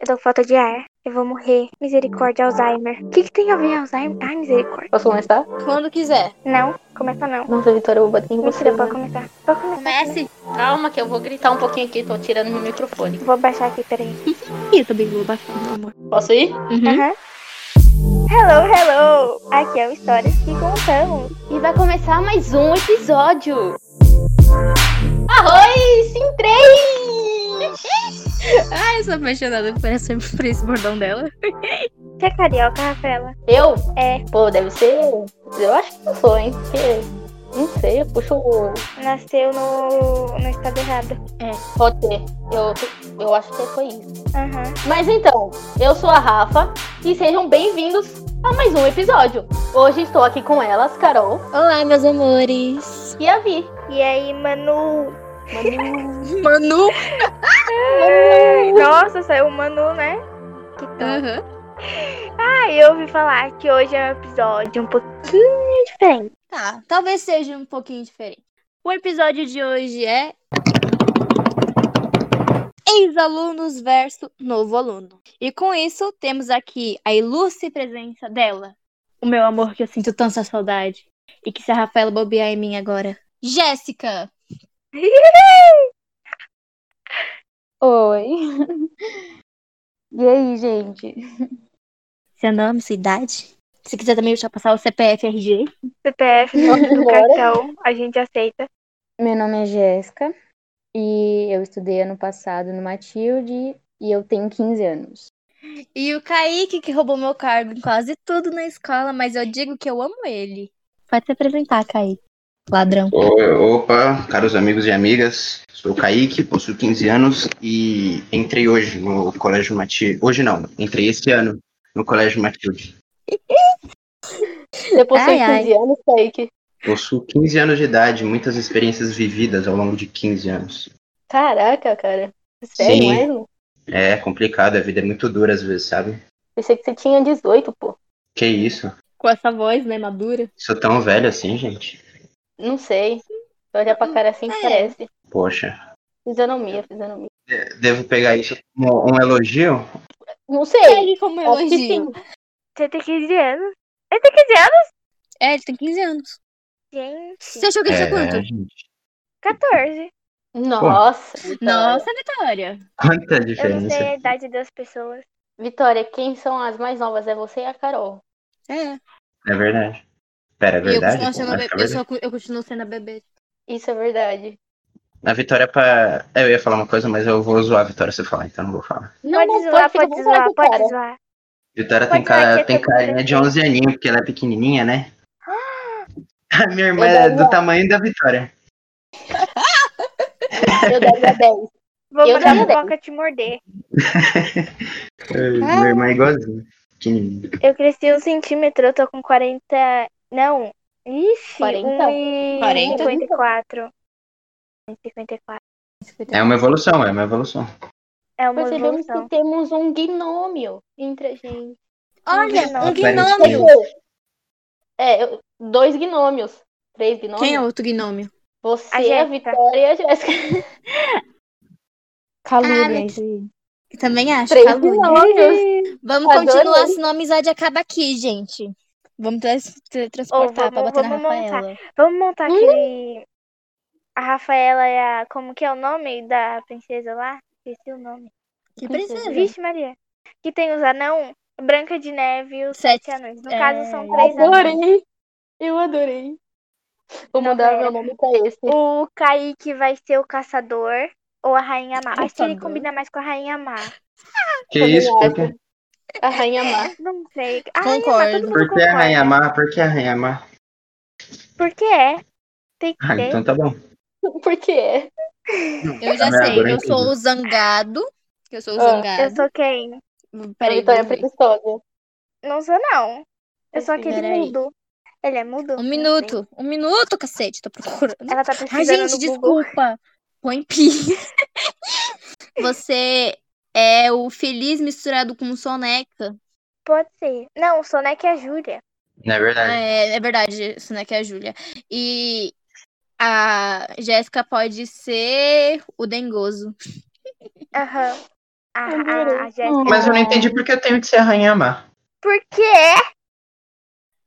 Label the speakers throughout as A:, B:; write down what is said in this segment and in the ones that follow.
A: Eu tô com falta de ar. Eu vou morrer. Misericórdia, Alzheimer. O que, que tem a ver Alzheimer? Ai, misericórdia.
B: Posso começar?
C: Quando quiser.
A: Não, começa não.
B: Nossa, Vitória, eu vou bater em você.
A: Mentira, pode
B: mano.
A: começar. Pode começar.
C: Comece.
B: Calma que eu vou gritar um pouquinho aqui, tô tirando meu microfone.
A: Vou baixar aqui, peraí.
C: Ih, eu também vou baixar, meu amor.
B: Posso ir?
C: Uhum.
A: Aham. Hello, hello! Aqui é o Histórias que Contamos.
C: E vai começar mais um episódio. Arroz em três! Ai, eu sou apaixonada por, essa, por esse bordão dela.
A: Você é carioca, Rafaela?
B: Eu?
A: É.
B: Pô, deve ser. Eu acho que não sou, hein? Porque. Não sei, eu puxo o.
A: Nasceu no, no estado errado.
B: Pode ser. Eu, eu acho que foi isso.
A: Aham.
B: Mas então, eu sou a Rafa e sejam bem-vindos a mais um episódio. Hoje estou aqui com elas, Carol
C: Olá, meus amores.
B: e a Vi.
A: E aí, Manu?
C: Manu.
A: Nossa, saiu o Manu, né? Que
C: Uhum.
A: tal? Ah, eu ouvi falar que hoje é um episódio um pouquinho diferente.
C: Tá, talvez seja um pouquinho diferente. O episódio de hoje é. Ex-alunos versus novo aluno. E com isso, temos aqui a ilustre presença dela. O meu amor que eu sinto tanta saudade. E que se a Rafaela bobear em mim agora. Jéssica!
B: Oi. E aí, gente?
C: Seu nome, sua idade? Se quiser também deixar passar o CPF RG.
A: CPF, nome do cartão, a gente aceita.
D: Meu nome é Jéssica e eu estudei ano passado no Matilde e eu tenho 15 anos.
C: E o Kaique, que roubou meu cargo em quase tudo na escola, mas eu digo que eu amo ele. Pode se apresentar, Kaique. Ladrão.
E: Oi, Opa, caros amigos e amigas, sou o Kaique, possuo 15 anos e entrei hoje no Colégio Matilde. Hoje não, entrei esse ano no Colégio Matilde.
B: Depois de
C: Ai, ai.
B: 15 anos, Kaique.
E: Possuo 15 anos de idade, muitas experiências vividas ao longo de 15 anos.
B: Caraca, cara. Sério
E: Sim.
B: mesmo?
E: É complicado, a vida é muito dura às vezes, sabe?
B: Pensei que você tinha 18, pô.
E: Que isso?
C: Com essa voz, né, madura.
E: Sou tão velho assim, gente?
B: Não sei. Se olhar pra cara assim,
C: É.
B: parece.
E: Poxa,
D: É.
B: Fisionomia, fisionomia.
E: de- devo pegar isso como um elogio?
B: Não sei.
C: Ele
D: É,
C: como
B: Acho que sim.
C: elogio.
A: Você tem 15 anos? Você tem 15 anos?
C: É, ele tem 15 anos. Você
A: Gente,
C: achou que ele tinha quanto?
E: É, gente,
A: 14.
B: Nossa. Vitória.
C: Nossa, Vitória.
E: quanta
A: Eu não sei
E: diferença.
A: a idade das pessoas.
B: Vitória, quem são as mais novas? É você e a Carol.
C: É.
E: É verdade. Pera,
C: E
E: é
C: eu
E: verdade?
C: continuo, sendo
E: Pô,
C: a
E: acho que
C: bebê.
E: é
C: Eu,
E: verdade.
C: sou, eu continuo sendo a bebê.
B: Isso é verdade.
E: A Vitória pra. é, Eu ia falar uma coisa, mas eu vou zoar a Vitória se eu falar, então não vou falar.
B: Não,
A: pode
B: não,
A: zoar,
B: fica à
A: pode
B: vontade,
A: zoar, pode
B: cara.
A: zoar.
E: Vitória tem,
A: Mas ela
E: cara,
A: quer
E: tem
A: ser
E: carinha de 11 aninhos, porque ela é pequenininha, né?
A: Ah!
E: A minha irmã é do
A: um-
B: Daniel.
E: tamanho da Vitória.
B: Eu daria 10.
A: Vou
B: Eu
A: mandar a
B: também.
A: pipoca te morder. Ah!
E: É, Minha irmã é igualzinha. Pequenininha.
A: Eu cresci um centímetro, eu tô com 40. Não. Ixi,
B: 40?
C: 40?
A: 1,54. 1,54.
E: É uma evolução, é uma evolução.
A: É uma
B: Percebemos
A: evolução.
B: que temos um gnômio entre a gente.
E: Tá
C: Olha, um
A: Um
C: gnômio.
B: É, eu- dois gnômios. Três gnômios.
C: Quem é outro gnômio?
B: Você,
A: A
B: a,
A: Jéssica.
B: Vitória e a Jéssica.
C: mas-
D: Calúnias e
C: Eu também acho. né?
B: Três
C: calúnia.
B: gnômios.
C: Vamos
B: Adorei.
C: continuar, senão a amizade acaba aqui, gente. Vamos tra tra- transportar
A: Ou vamos-
C: pra bater na
A: vamos montar.
C: Rafaela.
A: Vamos montar
B: Hum?
A: aquele. A Rafaela e a. Como que é o nome da princesa lá? Esqueci o nome.
C: Que
B: princesa.
C: princesa.
A: Vixe, Maria. Que tem os anão, Branca de Neve e os
C: Sete.
A: Sete Anões. No
C: É,
A: caso, são
C: eu
A: três anões.
B: Adorei. Eu adorei. Vou
A: Não,
B: mudar
A: pera.
B: meu nome pra esse.
A: O Kaique vai ser o caçador ou a Rainha Má. Acho que ele
C: Caçador.
A: combina mais com a Rainha Má.
E: Que
B: Também
E: isso? Por que,
B: A Rainha Má.
A: Não sei. A Rainha Má, todo
C: Ah. Concordo.
A: mundo
E: por que a
A: concorda.
E: Rainha Mar? Por que a Rainha Mar?
A: Porque é. Tem que
E: Ah,
A: ter.
E: então tá bom.
B: Por que é?
C: Eu já
E: Ah, Agora
C: sei,
E: eu
C: eu sou
E: entendi.
C: o zangado. Eu sou o
B: Ah,
A: Eu
C: zangado.
A: sou quem?
C: Peraí,
B: Vitória é
C: vamos ver.
B: preguiçosa.
A: Não sou, não. Eu sou
B: Sim,
A: aquele
C: peraí.
A: mudo. Ele é mudo?
C: um
A: Não sei.
C: minuto. Um minuto, cacete, tô procurando.
A: Ela tá
C: Ai,
A: pesquisando
C: gente,
A: no Google.
C: desculpa. Põe pi. Você é o feliz misturado com soneca.
A: Pode ser. Não, o Soneca é a Júlia.
E: Não é
A: Ah,
E: verdade.
C: É, é verdade, soneca é a Júlia. E a Jéssica pode ser o dengoso.
A: Aham. a, a, a Jéssica.
E: Mas eu não entendi porque eu tenho que ser a Rainha Má.
A: Por quê?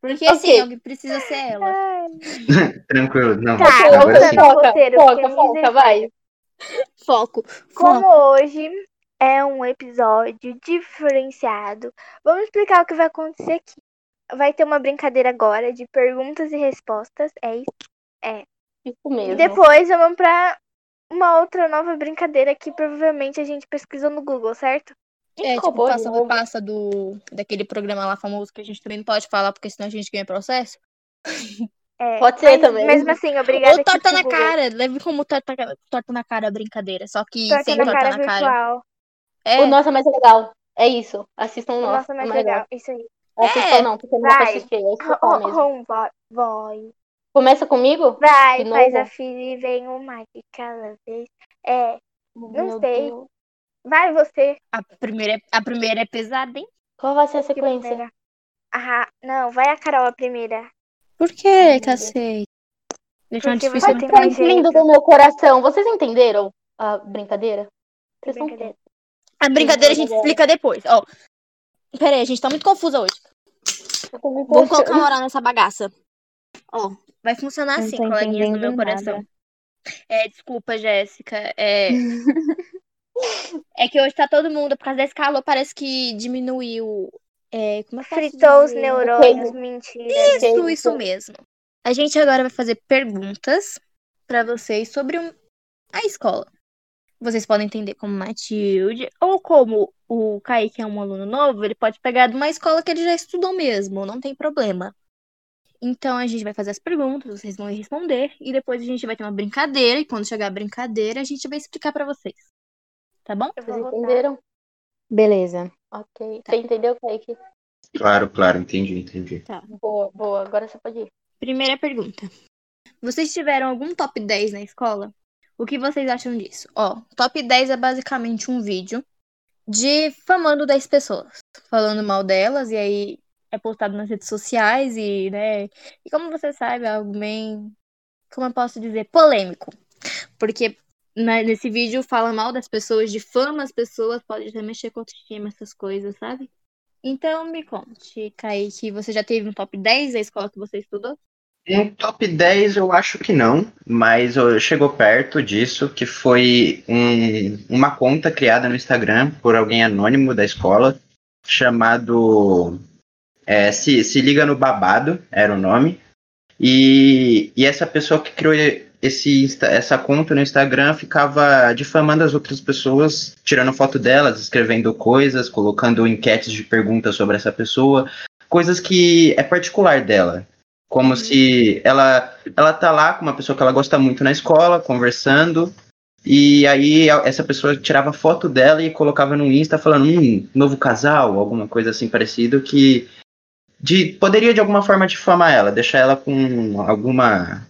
C: Porque
B: Ok.
C: assim, alguém precisa ser ela.
E: Tranquilo, não.
A: Tá,
E: Ah, agora
A: outra
E: sim.
A: não.
B: foca,
A: roteiro,
B: foca,
A: porque
B: foca, vai.
C: Foco. Foco.
A: Como hoje é um episódio diferenciado, vamos explicar o que vai acontecer aqui. Vai ter uma brincadeira agora de perguntas e respostas, é isso.
B: Isso
A: E
B: mesmo.
A: depois vamos pra uma outra nova brincadeira que provavelmente a gente pesquisou no Google, certo?
C: É, tipo,
B: Acabou de
C: passa,
B: novo.
C: passa do, daquele programa lá famoso que a gente também não pode falar, porque senão a gente ganha processo.
A: É,
B: Pode ser
A: mas
B: também.
A: Mesmo assim, obrigada.
C: Ou
A: aqui
C: torta
A: pro
C: na
A: Google.
C: cara. Leve como torta, torta na cara a brincadeira. Só que
A: Torta
C: sem
A: na
C: torta
A: cara
C: na
A: virtual.
C: cara. É,
B: O nosso é mais legal. É isso. Assistam o
A: O
B: nosso.
A: nosso é mais legal. Isso aí.
B: Assistam
C: É.
B: não, porque não dá pra
A: Vai.
B: assistir. É só falar
A: Home,
B: mesmo.
A: home boy, boy.
B: Começa comigo?
A: Vai,
B: De
A: faz
B: novo?
A: a filha e vem uma de cada vez. É, não
B: Meu
A: sei.
B: Deus.
A: vai você.
C: a primeira, é- a primeira é pesada, hein?
B: Qual vai ser a
A: que vai
B: sequência?
A: pegar. Ah, não, vai a Carol a primeira.
C: Por que, cacete?
A: Porque
C: Deixa uma
A: você
C: difícil.
B: Vai
C: mas-
A: tem
B: ficar
A: mais jeito.
B: lindo do Tá meu coração. Vocês entenderam a brincadeira? Vocês não
A: Brincadeira.
C: A brincadeira a gente
B: Sim, agora.
C: explica depois. Ó. Pera aí, a gente tá muito confusa hoje.
B: Eu tô me
C: Vamos
B: puxando.
C: colocar um oral nessa bagaça. Ó, vai funcionar
D: Não
C: assim,
D: tô
C: coleguinhas do
D: entendendo
C: meu coração. É, desculpa, Jéssica. É... é que hoje tá todo mundo, por causa desse calor, parece que diminuiu. É, como é que eu posso
A: Fritou os
C: dizer?
A: neurônios, mentira.
C: Isso, isso mesmo. A gente agora vai fazer perguntas pra vocês sobre um- a escola. Vocês podem entender como Matilde, ou como o Kaique é um aluno novo, ele pode pegar de uma escola que ele já estudou mesmo, não tem problema. Então a gente vai fazer as perguntas, vocês vão responder, e depois a gente vai ter uma brincadeira, e quando chegar a brincadeira, a gente vai explicar pra vocês. Tá bom?
A: Eu vou
B: Vocês
A: voltar.
B: entenderam?
D: Beleza.
B: Ok. Você entendeu, Kaique?
E: Claro, claro, entendi, entendi.
B: Boa, boa. Agora você pode ir.
C: Primeira pergunta. Vocês tiveram algum top 10 na escola? O que vocês acham disso? Ó, top 10 é basicamente um vídeo de famando 10 pessoas, falando mal delas, e aí é postado nas redes sociais e, né? E como você sabe, é algo bem, como eu posso dizer, polêmico. Porque na- nesse vídeo fala mal das pessoas, difama as pessoas, pode até mexer com autoestima, essas coisas, sabe? Então me conte, Kaique, você já teve um top 10 da escola que você estudou?
E: Um top 10 eu acho que não, mas ó, chegou perto disso, que foi um- uma conta criada no Instagram por alguém anônimo da escola, chamado é, se, se Liga no Babado, era o nome. E, e essa pessoa que criou esse, Insta- essa conta no Instagram ficava difamando as outras pessoas, tirando foto delas, escrevendo coisas, colocando enquetes de perguntas sobre essa pessoa, coisas que é particular dela. Como se ela, ela tá lá com uma pessoa que ela gosta muito na escola, conversando, e aí a- essa pessoa tirava foto dela e colocava no Insta falando, hum, novo casal, alguma coisa assim parecido, que de, poderia de alguma forma difamar ela, deixar ela com alguma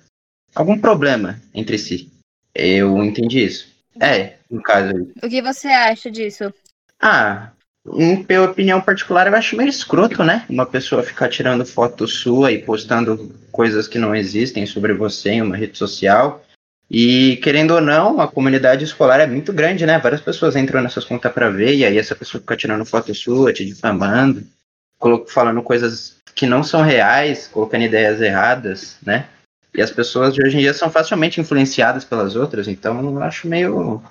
E: algum problema entre si. Eu entendi isso. É, no caso.
C: O que você acha disso?
E: Ah, um, pela opinião particular, eu acho meio escroto, né? Uma pessoa ficar tirando foto sua e postando coisas que não existem sobre você em uma rede social. E querendo ou não, a comunidade escolar é muito grande, né? Várias pessoas entram nessas contas pra ver, e aí essa pessoa fica tirando foto sua, te difamando, colo- falando coisas que não são reais, colocando ideias erradas, né? E as pessoas de hoje em dia são facilmente influenciadas pelas outras, então eu acho meio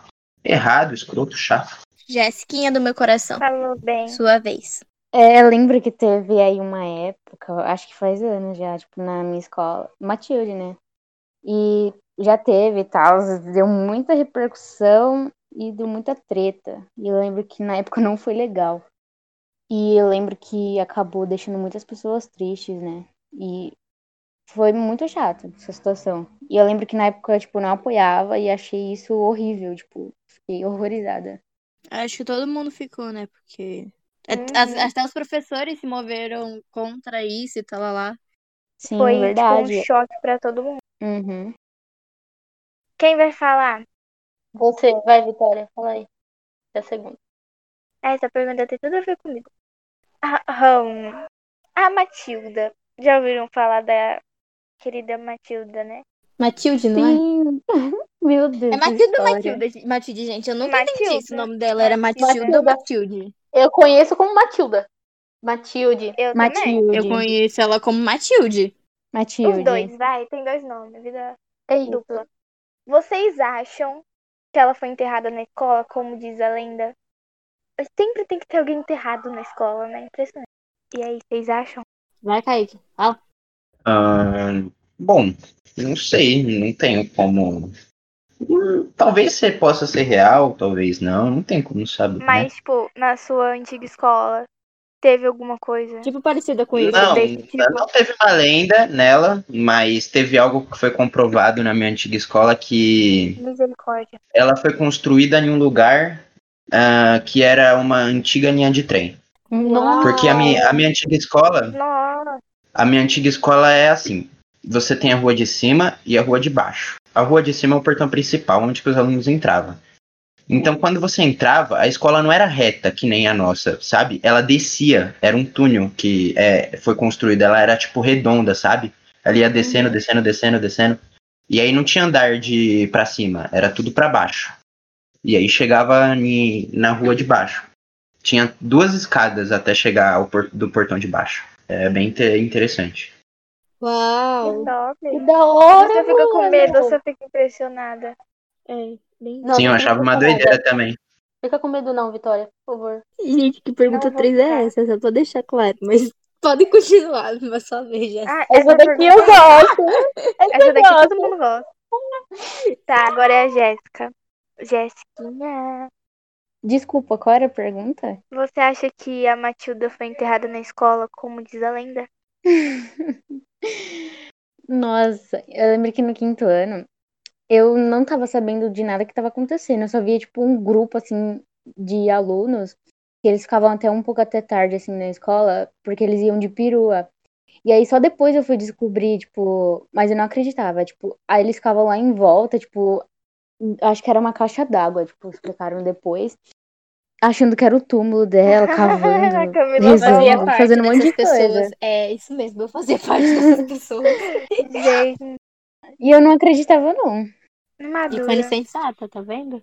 E: errado, escroto, chato.
C: Jéssiquinha do meu coração,
A: Falou bem.
C: sua vez.
D: É, eu lembro que teve aí uma época, acho que faz anos já, tipo, na minha escola, Matilde, né? E já teve e tal, deu muita repercussão e deu muita treta. E eu lembro que na época não foi legal. E eu lembro que acabou deixando muitas pessoas tristes, né? E foi muito chato essa situação. E eu lembro que na época, eu, tipo, não apoiava e achei isso horrível, tipo, fiquei horrorizada.
C: Acho que todo mundo ficou, né? Porque. a-
A: Uhum.
C: as- até os professores se moveram contra isso e tal lá, lá.
D: Sim,
A: Foi tipo,
D: verdade.
A: um choque pra todo mundo.
D: Uhum.
A: Quem vai falar?
B: Você, vai, Vitória. Fala aí. É a segunda.
A: Essa pergunta tem tudo a ver comigo. Ah, hum. A Matilda. Já ouviram falar da querida Matilda, né?
C: Matilde, não é?
D: Sim. Meu Deus.
C: É
D: que
C: Matilde ou
D: história.
C: Matilda, gente? Matilde, gente? Eu nunca entendi
A: Matilda.
C: se o nome dela era Matilda ou
B: Matilda.
C: Matilde.
B: Eu conheço como Matilda. Matilde.
A: Eu também.
D: Matilde.
C: Eu conheço ela como Matilde.
D: Matilde.
A: Os dois, vai. Tem dois nomes. Vida
B: É isso.
A: dupla. Vocês acham que ela foi enterrada na escola, como diz a lenda? Sempre tem que ter alguém enterrado na escola, né? Impressionante. E aí, vocês acham?
C: Vai, Kaique. Fala.
E: Ah, bom, não sei, não tenho como. Hum, Talvez você possa ser real, talvez não, não tem como saber. né?
A: Mas, tipo, na sua antiga escola, teve alguma coisa?
C: Tipo, parecida com isso.
E: Não,
A: desse tipo.
E: não teve uma lenda nela, mas teve algo que foi comprovado na minha antiga escola que
A: Misericórdia.
E: ela foi construída em um lugar ah, que era uma antiga linha de trem.
B: Nossa.
E: Porque a minha, a minha antiga escola,
A: Nossa,
E: a minha antiga escola é assim. Você tem a rua de cima e a rua de baixo. A rua de cima é o portão principal, onde que os alunos entravam. Então, quando você entrava, a escola não era reta, que nem a nossa, sabe? Ela descia, era um túnel que é, foi construído, ela era tipo redonda, sabe? Ela ia descendo, descendo, descendo, descendo. E aí não tinha andar de pra cima, era tudo pra baixo. E aí chegava ni- na rua de baixo. Tinha duas escadas até chegar ao por- do portão de baixo. É bem inte- interessante.
A: que
C: Uau.
A: top.
B: Que da hora,
A: Você fica com
B: mano.
A: medo, você fica impressionada.
C: É, bem...
B: Não,
E: Sim, eu
B: não
E: achava
B: fica
E: uma
B: com medo.
E: doideira também.
B: Fica com medo não, Vitória, por favor.
C: Gente, que pergunta
A: Não, vou
C: 3 é
A: ficar.
C: essa? Só pra deixar claro. Mas podem continuar, uma só vez, Jéssica.
A: Ah,
B: Essa daqui eu
A: pergunta-
B: gosto.
A: Essa daqui
B: gosta.
A: todo mundo gosta. Tá, agora é a Jéssica. Jéssiquinha.
D: Desculpa, qual era a pergunta?
A: Você acha que a Matilda foi enterrada na escola, como diz a lenda?
D: Nossa, eu lembro que no quinto ano eu não tava sabendo de nada que tava acontecendo. Eu só via, tipo, um grupo, assim, de alunos que eles ficavam até um pouco até tarde, assim, na escola, porque eles iam de perua. E aí só depois eu fui descobrir, tipo, mas eu não acreditava, tipo, aí eles ficavam lá em volta, tipo, acho que era uma caixa d'água, tipo, explicaram depois, achando que era o túmulo dela,
A: A
D: cavando,
A: Camila
D: rezando,
A: falou.
D: fazendo um monte de
C: dessas
D: coisa.
C: pessoas. É isso mesmo, eu fazia parte dessas pessoas.
A: Gente,
D: E eu não acreditava, não.
C: E
A: madura.
C: foi insensata, tá vendo?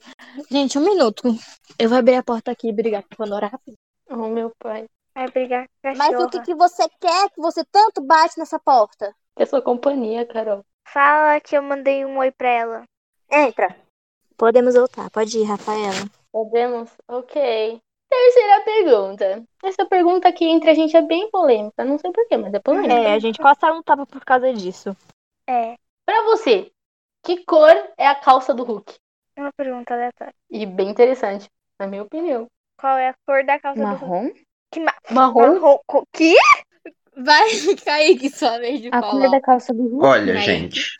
C: Gente, um minuto. Eu vou abrir a porta aqui e brigar com a Nora rapidinho.
B: Oh, meu pai.
A: Vai brigar com a
C: Mas
A: cachorra.
C: o que, que você quer que você tanto bate nessa porta?
B: É sua companhia, Carol.
A: Fala que eu mandei um oi pra ela.
C: Entra. Podemos voltar. Pode ir, Rafaela.
B: Podemos? Ok. Terceira pergunta. Essa pergunta aqui entre a gente é bem polêmica. Não sei porquê, mas é polêmica.
C: É, a gente quase não tava por causa disso.
A: É,
B: Pra você, que cor é a calça do Hulk?
A: uma pergunta aleatória.
B: E bem interessante, na minha opinião.
A: Qual é a cor da calça do Hulk?
D: Marrom?
A: Que ma-
B: Marrom?
A: marrom? co- Que?
C: Vai, Kaique, sua vez de
D: A cor é da calça do Hulk?
E: Olha,
C: Mas-
E: gente,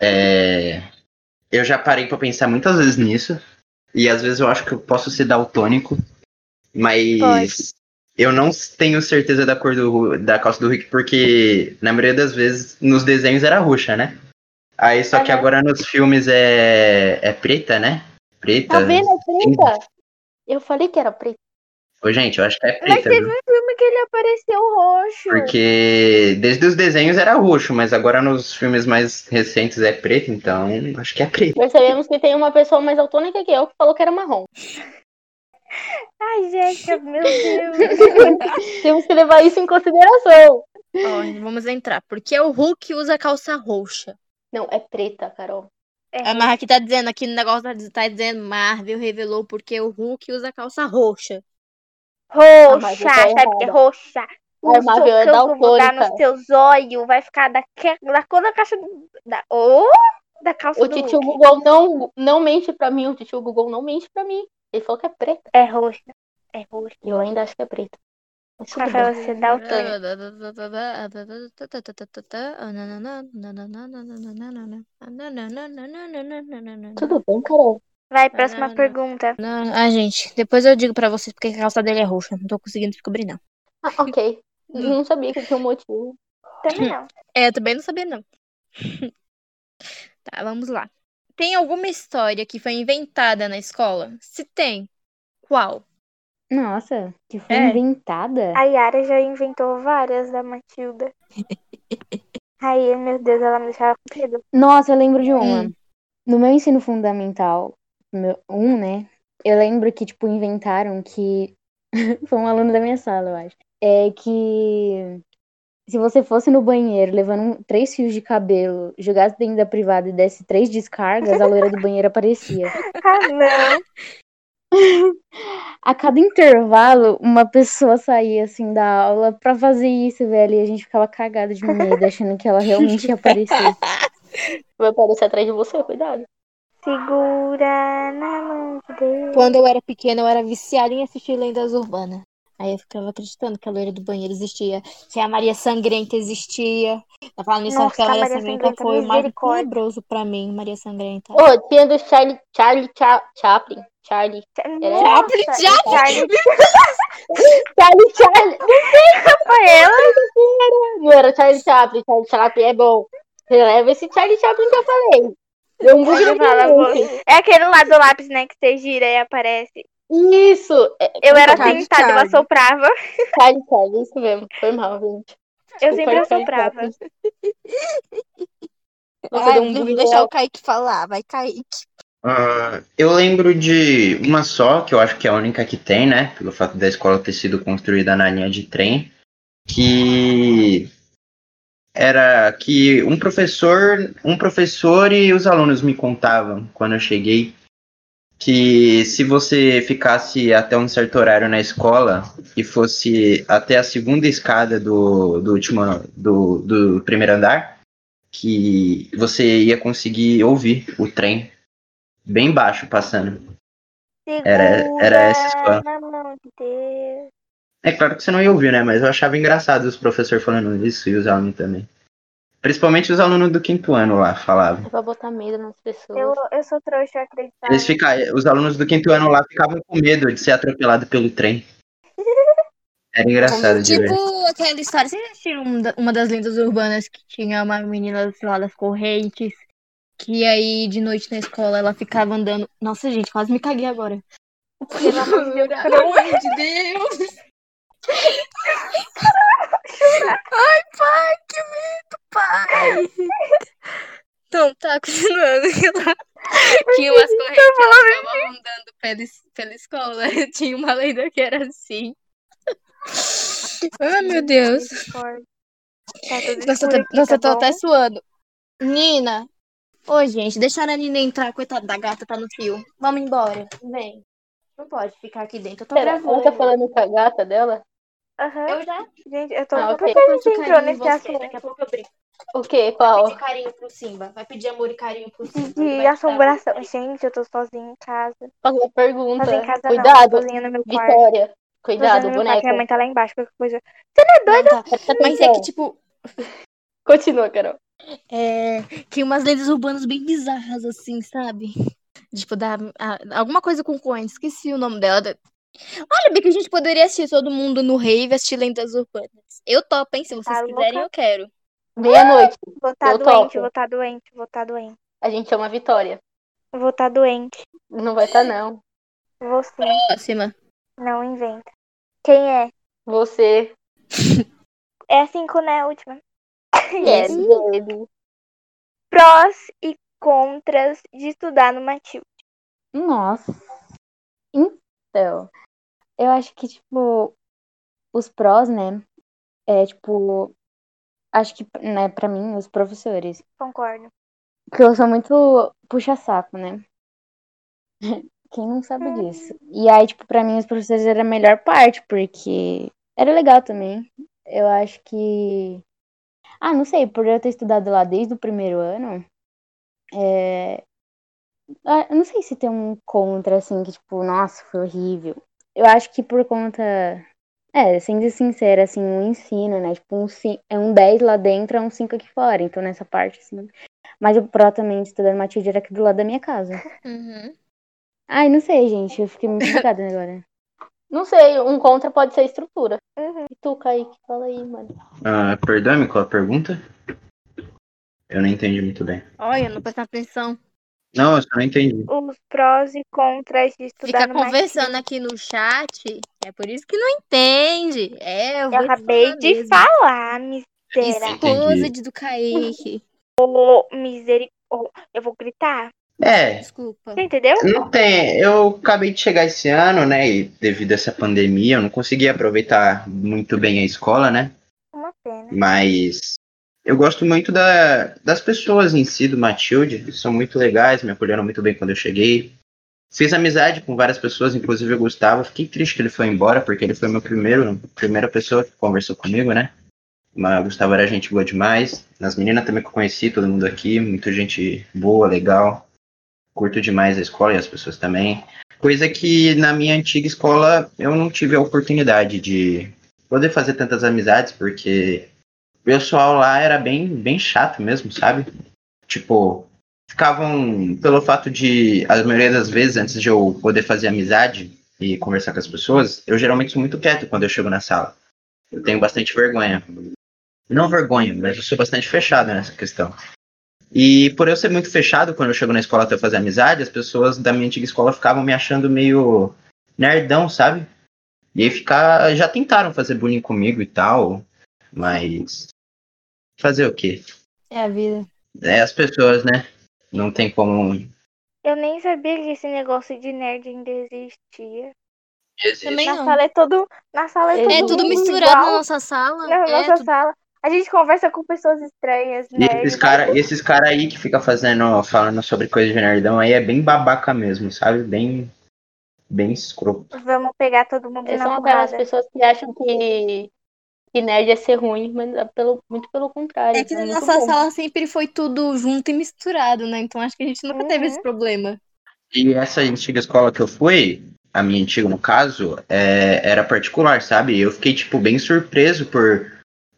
E: é, eu já parei pra pensar muitas vezes nisso, e às vezes eu acho que eu posso ser daltônico, mas
A: Pode.
E: eu não tenho certeza da cor do, Hu- da calça do Rick, porque na maioria das vezes nos desenhos era roxa, né? Aí só que
B: Aham.
E: agora nos filmes é, é preta, né?
B: Tá
E: Preta.
B: vendo? É preta. Eu falei que era preta.
E: Ô, gente, eu acho que
A: Mas
E: é preta,
A: teve
E: viu?
A: um filme que ele apareceu roxo.
E: Porque desde os desenhos era roxo, mas agora nos filmes mais recentes é preto, então acho que é preto.
B: Percebemos que tem uma pessoa mais autônoma que eu que falou que era marrom.
A: Ai, Jéssica, meu Deus.
B: Temos que levar isso em consideração.
C: vamos entrar. Porque é o Hulk usa calça roxa.
B: Não, é preta, Carol.
C: A Marra aqui tá dizendo, aqui no negócio tá diz- tá dizendo, Marvel revelou porque o Hulk usa calça roxa.
A: Roxa,
C: então
B: Ah,
C: um
B: mas eu tô
A: sabe o que é
B: errada.
A: roxa?
B: Ai,
A: O
B: Marvel, é
A: socão que eu vou dar
B: daltônica.
A: nos teus olhos vai ficar daquela, da cor da caixa do- da, Ô, da calça
B: O
A: do
B: titio
A: Hulk.
B: Google não, não mente pra mim. O titio Google não mente pra mim. Ele falou que é preta.
A: É roxa, é roxa.
B: E eu ainda acho que é preta. Mas tudo
A: Rafael,
B: bem.
A: você
C: é
A: dá É
C: Ah,
A: o tônico.
C: ah,
B: Tudo bem, Carol.
A: Vai, próxima pergunta.
C: Ah, Não, ah, gente, depois eu digo pra vocês porque a calça dele é roxa. Não tô conseguindo descobrir, não.
B: Ah, ok. Não sabia que tinha um motivo.
A: Também não.
C: É, eu também não sabia, não. tá, vamos lá. Tem alguma história que foi inventada na escola? Se tem, qual?
D: Nossa, que foi
C: É.
D: inventada.
A: A Yara já inventou várias da Matilda. Ai, meu Deus, ela me deixava com medo.
B: Nossa, eu lembro de uma. No meu ensino fundamental, meu, um, né? Eu lembro que, tipo, inventaram que. Foi um aluno da minha sala, eu acho. É que se você fosse no banheiro levando um- três fios de cabelo, jogasse dentro da privada e desse três descargas, a loira do banheiro aparecia.
A: Ah, não.
B: A cada intervalo, uma pessoa saía assim da aula pra fazer isso, velho. E a gente ficava cagada de medo, achando que ela realmente ia aparecer.
F: Vai aparecer atrás de você, cuidado.
A: Segura na mão de Deus.
C: Quando eu era pequena, eu era viciada em assistir lendas urbanas. Aí eu ficava acreditando que a loira do banheiro existia, que a Maria Sangrenta existia. Tá falando isso,
A: Nossa,
C: que a Maria,
A: Maria
C: Sangrenta,
A: Sangrenta,
C: foi o mais
A: misericórdia.
C: tenebroso pra mim, Maria Sangrenta.
F: Ô, tinha do Charlie, Charlie Cha- Chaplin. Charlie.
A: Nossa, Charlie,
F: Charlie Charlie.
A: foi ela?
F: Não era Charlie Chaplin. Charlie Chaplin é bom. Você leva esse Charlie Chaplin que eu falei. Deu um bug
A: Olha,
F: na
A: fala,
F: minha mente.
A: É aquele lá do lápis, né? Que você gira e aparece.
F: Isso. É,
A: Eu era
F: Charlie
A: tentada, eu
G: Charlie.
A: assoprava.
F: Charlie Chaplin, isso mesmo. Foi mal, gente.
A: Eu
F: Desculpa,
A: sempre
F: Charlie
A: assoprava.
F: Chaplin. Nossa,
G: Ai,
F: deu um bug
G: vamos
F: na
G: deixar o Kaique falar, vai, Kaique.
E: Ah, eu lembro de uma só, que eu acho que é a única que tem, né? Pelo fato da escola ter sido construída na linha de trem, que era que um professor, um professor e os alunos me contavam quando eu cheguei que se você ficasse até um certo horário na escola e fosse até a segunda escada do, do último do, do primeiro andar, que você ia conseguir ouvir o trem bem baixo passando. Era- era essa
A: Segura
E: escola.
A: na mão de Deus.
E: É claro que você não ia ouvir, né? Mas eu achava engraçado os professores falando isso e os alunos também. Principalmente os alunos do quinto ano lá falavam.
F: É pra botar medo nas pessoas.
A: Eu, eu sou trouxa, eu acreditava.
E: Eles fica... Os alunos do quinto ano lá ficavam com medo de ser atropelado pelo trem. Era engraçado de ver.
C: Tipo aquela história. Vocês assistiram um da- uma das lendas urbanas que tinha uma menina sei lá das correntes? Que aí de noite na escola ela ficava andando. Nossa, gente, quase me caguei agora.
A: Pelo amor de Deus,
G: Pelo amor de Deus. Ai, pai, que medo, pai. Então, tá, continuando. Tinha umas correntes que ficavam andando pela, es- pela escola. Tinha uma lenda que era assim. Ah, meu Deus.
A: misericórdia. Tá tudo
G: Nossa,
A: escuro
G: tá-
A: aqui,
G: nossa,
A: tá
G: eu tô
A: bom?
G: até suando. Nina,
C: Ô, gente, deixaram a Nina entrar, coitada da gata, tá no fio. Vamos embora, vem. Não pode ficar aqui dentro, eu tô
F: Será que ela tá falando com a gata dela?
A: Aham.
C: Eu já
A: Gente, eu tô
F: Ah, ok.
A: completamente
C: pedi
A: entrou
C: carinho em
A: nesse
C: você,
A: assunto
C: daqui a pouco eu brinco.
F: é O quê?
C: Vai
F: Qual?
C: pedir carinho pro Simba, vai pedir amor e carinho pro Simba. ele vai te
A: de
C: dar
A: assombração.
C: muito
A: Gente, eu tô sozinha em casa.
F: Fazer pergunta.
A: Sozinha em casa não, tô
F: Cuidado,
A: sozinha no meu quarto.
F: Vitória.
A: Cuidado,
F: Cuidado,
A: meu quarto.
F: boneca.
C: é
A: Minha mãe tá lá embaixo, qualquer coisa.
C: carinho. Não, tá.
F: Presta
C: Mas é que,
F: atenção.
C: tipo,
F: Continua, Carol.
C: é, tem umas lendas urbanas bem bizarras, assim, sabe? Tipo, da, a- alguma coisa com Coen, esqueci o nome dela. da- Olha, bem que a gente poderia assistir todo mundo no rave, assistir lendas urbanas. Eu topo, hein? Se vocês
A: Tá louca?
C: quiserem, eu quero.
F: Meia-noite.
A: Vou tá
F: Eu
A: doente,
F: topo.
A: vou tá doente, vou tá doente.
F: A gente chama a Vitória.
A: Vou tá doente.
F: Não vai estar, não.
A: Vou sim.
C: Próxima.
A: Não inventa. Quem é?
F: Você.
A: É a cinco, né? A última.
F: Yes, baby.
A: Prós e contras de estudar no Matilde.
B: Nossa. Então, eu acho que, tipo, os prós, né? É, tipo, acho que, né, pra mim, os professores.
A: Concordo.
B: Porque eu sou muito puxa-saco, né? Quem não sabe
A: Hum.
B: disso? E aí, tipo, pra mim, os professores era a melhor parte, porque era legal também. Eu acho que. Ah, não sei, por eu ter estudado lá desde o primeiro ano. É... ah, Eu não sei se tem um contra, assim, que, tipo, nossa, foi horrível. Eu acho que por conta. É, sendo sincera, assim, o ensino, né? Tipo, um, ci- é um 10 lá dentro, é um 5 aqui fora. Então, nessa parte, assim. Mas o pró também de estudar Matilde era aqui do lado da minha casa.
C: Uhum.
B: Ai, não sei, gente. Eu fiquei muito bugada agora.
F: Não sei, um contra pode ser a estrutura.
A: Uhum.
F: E tu, Kaique, fala aí, mano.
E: Ah, Perdão-me qual a pergunta? Eu não entendi muito bem.
C: Olha, não prestar atenção.
E: Não, eu só não entendi.
A: Os prós e contras de estudar
C: Fica
A: no
C: conversando aqui no chat. É por isso que não entende. É,
A: Matilde. Eu
C: eu, vou te
A: acabei
C: falar
A: de
C: mesmo.
A: falar, misericórdia. Será?
E: Entendi.
H: Exposed do Kaique.
A: Ô, misericórdia. eu vou gritar.
E: É,
H: Desculpa.
A: Você entendeu?
E: não tem. Eu acabei de chegar esse ano, né? E devido a essa pandemia, eu não consegui aproveitar muito bem a escola, né?
A: Uma pena.
E: Mas eu gosto muito da, das pessoas em si do Matilde, são muito legais, me acolheram muito bem quando eu cheguei. Fiz amizade com várias pessoas, inclusive o Gustavo. Fiquei triste que ele foi embora, porque ele foi meu primeiro, primeira pessoa que conversou comigo, né? Mas o Gustavo era gente boa demais. As meninas também que eu conheci, todo mundo aqui, muita gente boa, legal. Curto demais a escola e as pessoas também. Coisa que na minha antiga escola eu não tive a oportunidade de poder fazer tantas amizades, porque o pessoal lá era bem, bem chato mesmo, sabe? Tipo, ficavam, pelo fato de, a maioria das vezes, antes de eu poder fazer amizade e conversar com as pessoas, eu geralmente sou muito quieto quando eu chego na sala. Eu tenho bastante vergonha. Não vergonha, mas eu sou bastante fechado nessa questão. E por eu ser muito fechado quando eu chego na escola até fazer amizade, as pessoas da minha antiga escola ficavam me achando meio nerdão, sabe? E aí ficar, já tentaram fazer bullying comigo e tal, mas fazer o quê?
C: É a vida.
E: É as pessoas, né? Não tem como.
A: Eu nem sabia que esse negócio de nerd ainda existia.
C: Também
A: Na
C: não.
A: sala é todo. Na sala é todo.
H: É tudo
A: mundo
H: misturado na
A: igual,
H: nossa sala.
A: na
H: é,
A: nossa
H: tudo-
A: sala. A gente conversa com pessoas estranhas,
E: E
A: né?
E: esses cara, esses cara aí que fica fazendo, falando sobre coisa de nerdão aí é bem babaca mesmo, sabe? Bem, bem escroto.
A: Vamos pegar todo mundo
B: Eles
A: na
B: são aquelas
A: porrada.
B: pessoas que acham que, que nerd é ser ruim, mas é pelo, muito pelo contrário. né?
C: É que na
F: Então,
B: muito
C: nossa
B: bom.
C: sala sempre foi tudo junto e misturado, né? Então acho que a gente nunca teve
A: Uhum.
C: esse problema.
E: E essa antiga escola que eu fui, a minha antiga no caso, é, era particular, sabe? Eu fiquei, tipo, bem surpreso por.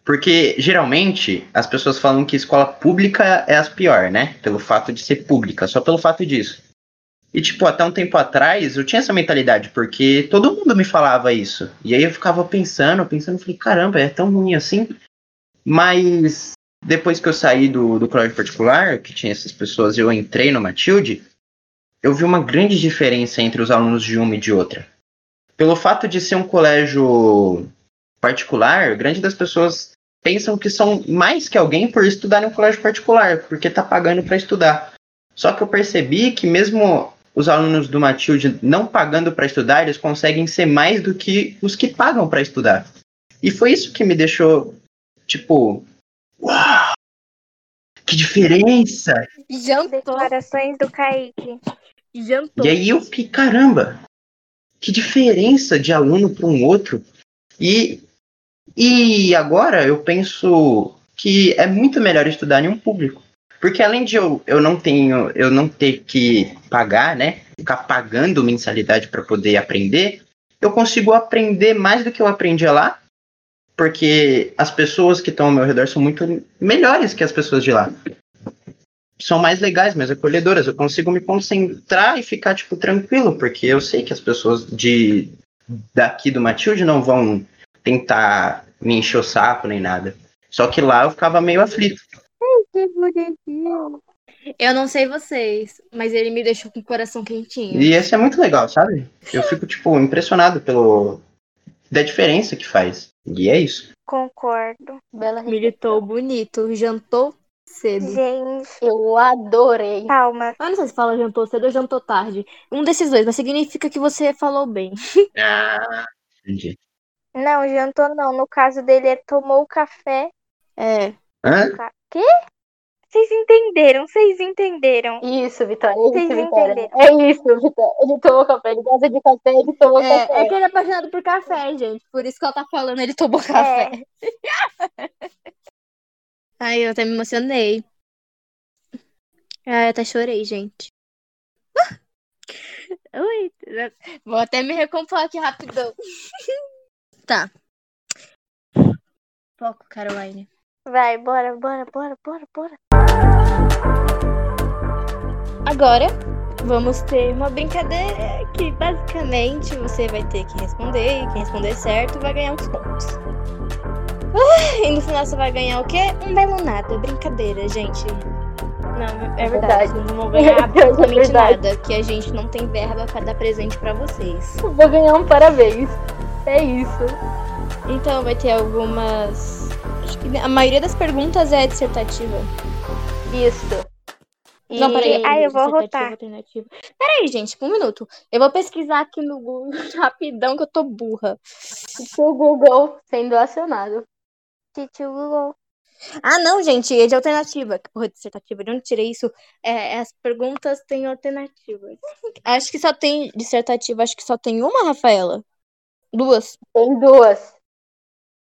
E: Porque geralmente as pessoas falam que escola pública é as pior, né? Pelo fato de ser pública, só pelo fato disso. E, tipo, até um tempo atrás eu tinha essa mentalidade, porque todo mundo me falava isso. E aí eu ficava pensando, pensando, falei, caramba, é tão ruim assim. Mas depois que eu saí do, do colégio particular, que tinha essas pessoas, eu entrei no Matilde, eu vi uma grande diferença entre os alunos de uma e de outra. Pelo fato de ser um colégio particular, grande das pessoas pensam que são mais que alguém por estudar em um colégio particular, porque tá pagando para estudar. Só que eu percebi que mesmo os alunos do Matilde não pagando para estudar, eles conseguem ser mais do que os que pagam para estudar. E foi isso que me deixou tipo, uau! Que diferença!
H: Jantou.
A: Declarações do Kaique.
H: Jantou.
E: E aí eu fiquei, caramba, que diferença de aluno para um outro. E, e agora eu penso que é muito melhor estudar em um público. Porque além de eu, eu não tenho, eu não ter que pagar, né? Ficar pagando mensalidade para poder aprender, eu consigo aprender mais do que eu aprendi lá. Porque as pessoas que estão ao meu redor são muito melhores que as pessoas de lá são mais legais, mais acolhedoras. Eu consigo me concentrar e ficar, tipo, tranquilo, porque eu sei que as pessoas de daqui do Matilde não vão tentar me encher o saco nem nada. Só que lá eu ficava meio aflito.
A: Que bonitinho.
C: Eu não sei vocês, mas ele me deixou com o coração quentinho.
E: E isso é muito legal, sabe? Eu fico, tipo, impressionado pelo. da diferença que faz. E é isso.
A: Concordo.
B: Bela re-
C: Militou bonito, jantou cedo. Ah,
A: Gente,
B: Eu adorei.
A: calma.
C: Eu não sei se fala jantou cedo ou jantou tarde. Um desses dois, mas significa que você falou bem.
E: Ah, entendi.
A: Não, jantou não. No caso dele, ele tomou o café.
C: É.
E: Hã?
A: Vocês entenderam, vocês entenderam.
B: Isso, Vitória. É
A: Vocês
B: isso, Vitória.
A: entenderam.
B: É isso, Vitória. Ele tomou café, ele gosta de café, ele tomou
C: É,
B: café.
C: que ele é apaixonado por café, gente. Por isso que ela tá falando, ele tomou café.
A: É,
C: Ai, eu até me emocionei. Ai, eu até chorei, gente. Ah! Ui, vou até me recompor aqui rapidão. tá. Foco, Caroline.
A: É, vai, bora, bora, bora, bora, bora.
C: Agora, vamos ter uma brincadeira que basicamente você vai ter que responder. E quem responder certo vai ganhar uns pontos. Ah, e no final você vai ganhar o quê? Um belo nada. Brincadeira, gente. Não, é verdade.
B: Verdade.
C: Não vão ganhar
B: É verdade, é
C: absolutamente
B: verdade.
C: nada. Que a gente não tem verba pra dar presente pra vocês.
B: Vou ganhar um parabéns. É isso.
C: Então vai ter algumas Acho que a maioria das perguntas é dissertativa.
B: Isso. E...
C: Não, peraí.
A: Ai, Ah, eu vou
C: dissertativa,
F: tá
A: arrotar.
C: alternativa. Peraí, gente, um minuto. Eu vou pesquisar aqui no Google rapidão que eu tô burra.
B: O Google sendo acionado.
A: Titi Google.
C: Ah, não, gente, é de alternativa. Que porra de dissertativa? De onde tirei isso? É, as perguntas têm alternativas. Acho que só tem dissertativa, acho que só tem uma, Rafaela. Duas.
B: Tem duas.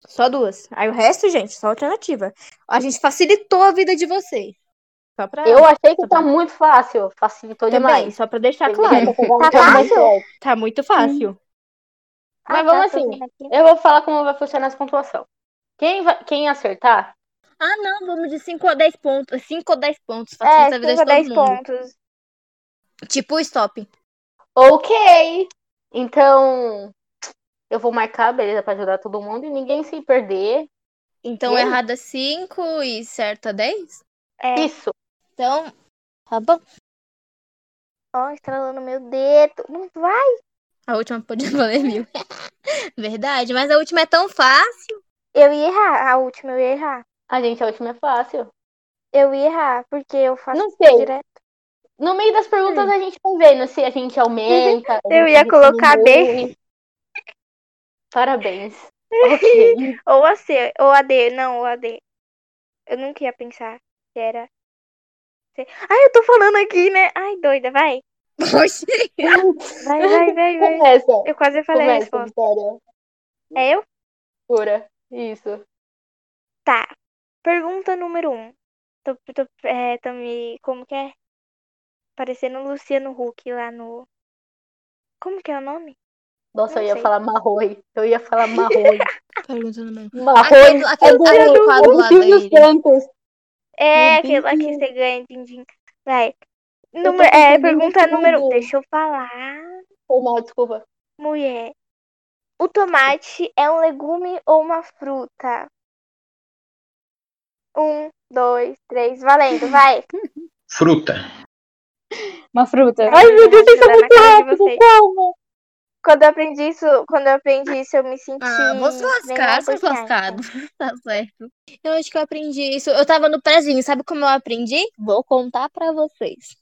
C: Só duas. Aí o resto, gente, só alternativa. A gente facilitou a vida de vocês. Só pra.
B: Eu achei que tá muito fácil. Facilitou
C: também,
B: demais.
C: só pra deixar
B: Vocês
C: claro.
B: não vão
C: Tá
B: ter mais Hum.
C: fácil?
B: certo.
C: Tá muito fácil.
B: Mas
A: Ah,
B: vamos
A: tá, tô
B: assim.
A: vendo aqui.
B: Eu vou falar como vai funcionar essa pontuação. Quem, vai- quem acertar,
C: Ah, não, vamos de 5 a 10 pontos. 5 ou 10 pontos.
A: É,
C: Facilita a vida
A: 5
C: de
A: a 10
C: todo mundo.
A: pontos.
C: Tipo o stop.
B: ok. Então, eu vou marcar, beleza, pra ajudar todo mundo e ninguém se perder.
C: Então,
B: Hum.
C: errada 5 e certa 10?
A: É.
B: Isso.
C: Então, tá bom.
A: Ó, estralando meu dedo. Não vai.
C: A última podia valer mil. Verdade, mas a última é tão fácil.
A: Eu ia errar. A última eu ia errar.
B: A gente, a última é fácil.
A: Eu ia errar, porque eu faço
B: Não sei.
A: direto.
B: No meio das perguntas a gente vai vendo se a gente aumenta. a
A: Uhum. Eu
B: gente
A: ia colocar
B: diminui. Parabéns. Ok.
A: Ou a C, ou a D. Não, ou a D. Eu nunca ia pensar que era. C. Ai, eu tô falando aqui, né? Ai, doida, vai.
C: Poxa.
A: Vai, vai, vai, vai.
B: Começa.
A: Eu quase falei a
B: Começa,
A: resposta.
B: Vitória.
A: É eu?
B: Pura. Isso.
A: Tá. Pergunta número um. Tô, tô, é, tô me. Como que é? Parecendo o Luciano Huck lá no. Como que é o nome?
B: Nossa,
A: Não
B: eu ia
A: sei.
B: falar marroi. Eu ia falar marroi.
C: Pergunta número
B: marroi.
C: Aquele- aquele-
B: do-
C: aquele quadro
B: do
C: lá
B: Silvio
C: dele.
B: Santos.
A: É,
B: Meu
A: aquele lá que
B: Deus.
A: você ganha, din-din. Vai.
B: tô
A: Número, é,
B: confundindo
A: pergunta
B: tudo.
A: número um. Deixa eu falar.
B: Foi mal, desculpa.
A: Mulher, o tomate é um legume ou uma fruta? Um, dois, três, valendo, vai!
E: Fruta.
D: Uma fruta.
A: Ai,
B: meu Deus, vocês são
A: Ajudar na
B: muito
A: cara de
B: rápidos,
A: vocês. Quando eu aprendi isso, quando eu aprendi isso, eu me senti.
C: Ah, vou se lascar,
A: bem
C: seus
A: angustiada.
C: lascados. Tá certo. Eu acho que eu aprendi isso. Eu tava no prezinho, sabe como eu aprendi? Vou contar pra vocês.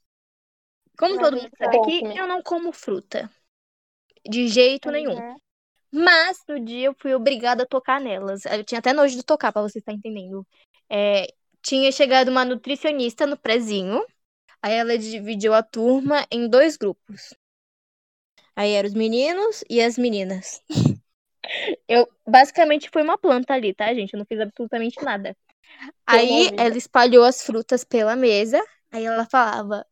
C: Como
A: Lá
C: todo
A: vem
C: mundo sabe
B: ela.
C: aqui,
B: Conte-me.
C: eu não como fruta. De jeito nenhum.
A: Uhum.
C: Mas no dia eu fui obrigada a tocar nelas. Eu tinha até nojo de tocar, pra você estar entendendo. É, tinha chegado uma nutricionista no prezinho. Aí ela dividiu a turma em dois grupos. Aí eram os meninos e as meninas. Eu basicamente fui uma planta ali, tá, gente? Eu não fiz absolutamente nada. Aí
B: vida.
C: ela espalhou as frutas pela mesa. Aí ela falava: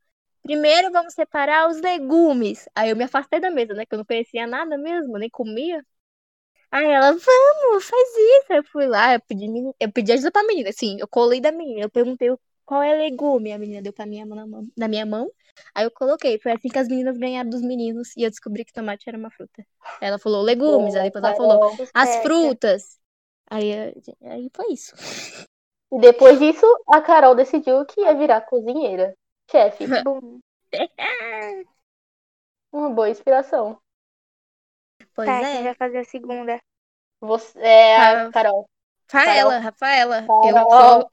C: primeiro vamos separar os legumes. Aí eu me afastei da mesa, né? Que eu não conhecia nada mesmo, nem comia. Aí ela, vamos, faz isso. Eu fui lá, eu pedi, meni- eu pedi ajuda pra menina, assim, eu colei da menina, eu perguntei qual é legume, a menina deu pra minha mão na mão, na minha mão. Aí eu coloquei, foi assim que as meninas ganharam dos meninos e eu descobri que tomate era uma fruta. Ela falou legumes, aí depois ela falou as
A: Certo.
C: frutas. Aí, eu- aí foi isso.
B: E depois disso, a Carol decidiu que ia virar cozinheira. Chefe,
A: Bum.
B: uma boa inspiração.
C: Pois
A: Tá, quem
C: é.
A: vai fazer a segunda?
B: Você, é,
C: Ah.
B: a Carol.
C: Rafaela, Rafaela. Eu,
B: Carol.
C: sou-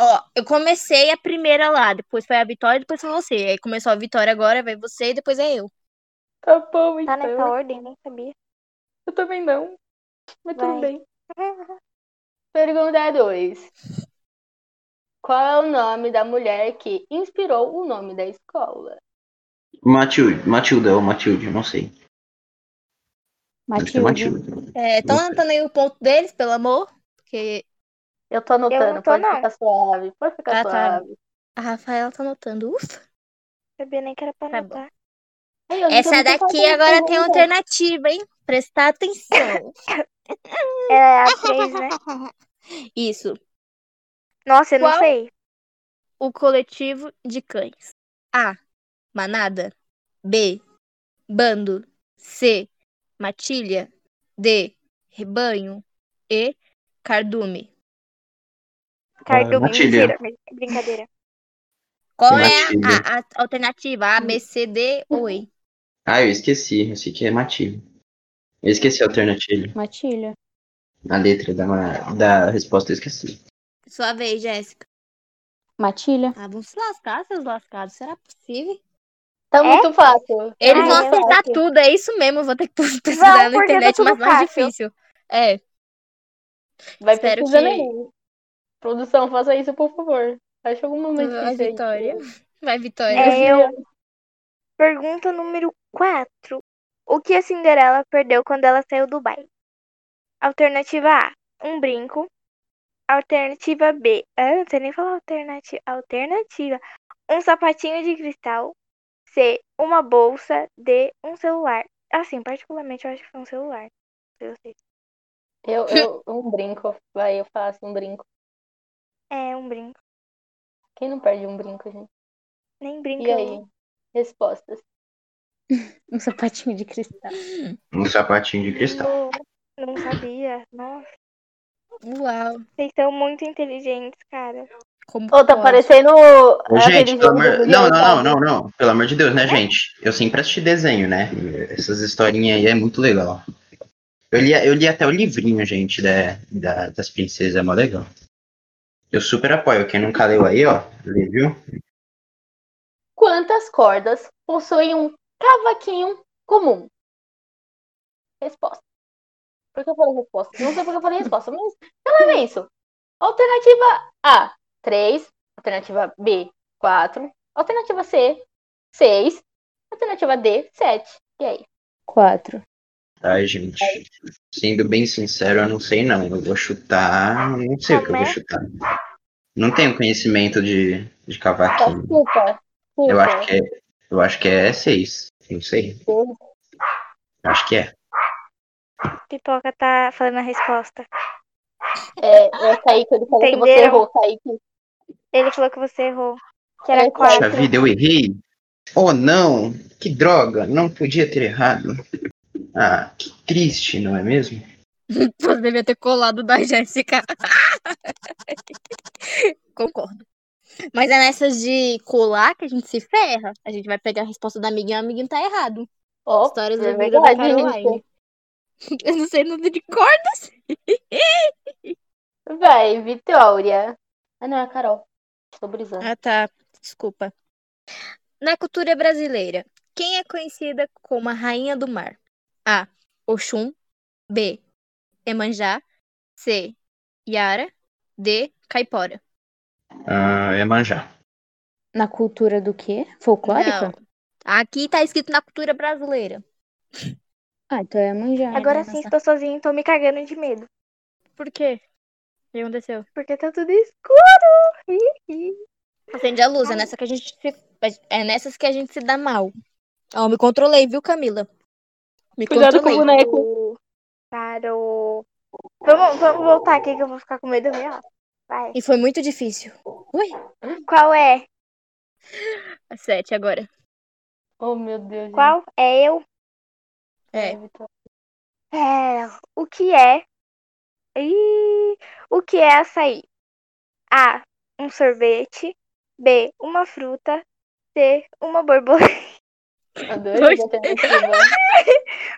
C: ó, eu comecei a primeira lá, depois foi a Vitória, depois foi você. Aí começou a Vitória agora, vai você e depois é eu.
B: Tá bom,
A: Tá
B: então.
A: nessa ordem, nem sabia.
B: Eu também não. Mas
A: Vai.
B: tudo bem. Pergunta 2. Qual é o nome da mulher que inspirou o nome da escola?
E: Matilde, Matilda ou Matilde, não sei. Deve ser
D: Matilde.
E: Matilde.
C: É, tão
E: Você.
C: anotando aí o ponto deles, pelo amor. Porque
B: Eu tô anotando,
A: Eu não tô,
B: pode
A: não.
B: ficar suave, pode ficar
C: Ah, tá.
B: suave.
C: a Rafaela tá anotando. Ufa.
A: Sabia nem que era pra
C: Tá
A: anotar.
B: Ai, eu não tô
C: Essa
B: muito
C: daqui
B: fazendo
C: agora tem
B: pergunta.
C: alternativa, hein? Prestar atenção.
A: Era a três, né?
C: Isso.
A: Nossa, eu não
C: Qual?
A: sei.
C: O coletivo de cães. A. Manada. B. Bando. C. Matilha. D. Rebanho. E. Cardume.
A: Cardume,
E: Matilha.
A: mentira. Brincadeira.
C: Qual é
E: Matilha.
C: a, a- a alternativa? A, B, C, D ou E?
E: Ah, eu esqueci. Eu sei que é Matilde. Eu esqueci a alternativa.
D: Matilha.
E: na letra da, ma- da resposta eu esqueci.
C: Sua vez, Jéssica.
D: Matilha.
C: Ah, vão se lascar, seus lascados. Será possível?
B: Tá
A: É?
B: muito fácil.
C: Eles
A: Ah,
C: vão
A: eu
C: acertar
A: acho.
C: tudo, é isso mesmo. Eu vou ter que pesquisar na
A: porque tá
C: internet,
A: tudo
C: mas mais
A: fácil.
C: difícil. É.
B: Vai
C: Espero
B: pesquisando
C: que-
B: aí. Produção, faça isso, por favor. Acho alguma mais
H: Vai,
B: difícil aí.
H: Vitória. Vai, Vitória.
A: É eu. Pergunta número 4. O que a Cinderela perdeu quando ela saiu do baile? Alternativa A, um brinco. Alternativa B, ah, não sei nem falar alternativa. Alternativa, um sapatinho de cristal. C, uma bolsa. D, um celular. Assim, particularmente eu acho que foi um celular. Eu sei.
B: Eu, eu, um brinco. Vai, eu faço um brinco.
A: É, um brinco.
B: Quem não perde um brinco, gente?
A: Nem brinco.
B: E aí? Respostas.
D: Um sapatinho de cristal.
E: Um sapatinho de cristal.
A: Eu não sabia. Nossa,
H: Uau.
A: vocês são muito inteligentes, cara.
H: Como
B: Ô, tá
H: pode?
B: parecendo
E: Ô, gente,
B: É aquele
E: pelo
B: jogo
E: amor...
B: do
E: Não,
B: Leonardo.
E: não, não, não, não. Pelo amor de Deus, né, gente? Eu sempre assisti desenho, né? Essas historinhas aí é muito legal. Eu li, eu li até o livrinho, gente, da, da- das princesas, é mó legal. Eu super apoio. Quem nunca leu aí, ó, lê, viu?
B: Quantas cordas possuem um cavaquinho comum? Resposta. Por que eu falei resposta? Não sei por que eu falei resposta, mas ela é isso. Alternativa A, 3. Alternativa B, 4. Alternativa C, 6. Alternativa D, 7. E aí?
D: Quatro.
E: Tá, gente? Sendo bem sincero, eu não sei não. Eu vou chutar. Não sei o que eu
B: Tá
E: vou
A: Como é?
E: chutar. Não tenho conhecimento de, de
B: Tá,
E: cavaquinho.
B: chuta.
E: Eu acho
B: Chuta.
E: que é, eu acho que é seis. Não sei.
B: Tá.
E: Acho que é.
A: Pipoca tá falando a resposta.
B: É, é Kaique, ele falou que você
A: Entenderam?
B: errou, Kaique.
A: Ele falou que você errou. Que era
B: É,
E: Poxa
A: quatro.
E: vida, eu errei. Oh não, que droga, não podia ter errado. Ah, que triste, não é mesmo?
H: Você devia ter colado da Jéssica.
C: Concordo. Mas é nessas de colar que a gente se ferra. A gente vai pegar a resposta da amiguinha e o amiguinho tá errado.
B: Ó,
C: Histórias
B: é
C: da vida da
B: verdade,
C: Caroline. Eu não sei nada de cor.
B: Vai, Vitória. Ah, não, é a Carol. Estou brisando.
C: Ah, tá. Desculpa. Na cultura brasileira, quem é conhecida como a rainha do mar? A. Oxum. B. Emanjá. C. Yara. D. Caipora.
E: Ah, é manjar.
D: Na cultura do quê? Folclórica?
C: Não. Aqui tá escrito na cultura brasileira.
D: Ah, então é manjar.
A: Agora
C: vai
A: sim,
C: passar.
A: estou sozinha e tô me cagando de medo.
C: Por quê? O que aconteceu?
A: Porque tá tudo escuro. Ih, ih.
C: Acende a luz, é nessa que a gente se... É nessas que a gente se dá mal. Ó, me controlei, viu, Camila? Me
B: Cuidado com o
C: controlei.
B: boneco.
A: Parou. Vamos, vamos voltar aqui que eu vou ficar com medo real. Vai.
C: E foi muito difícil. Ui,
A: Qual é?
C: a sete agora.
B: Oh, meu Deus.
A: Qual? É eu?
C: É.
B: gente.
A: É. O que é? Ih, o que é açaí? A. Um sorvete. B. Uma fruta. C. Uma borboleta.
B: Adorei a alternativa.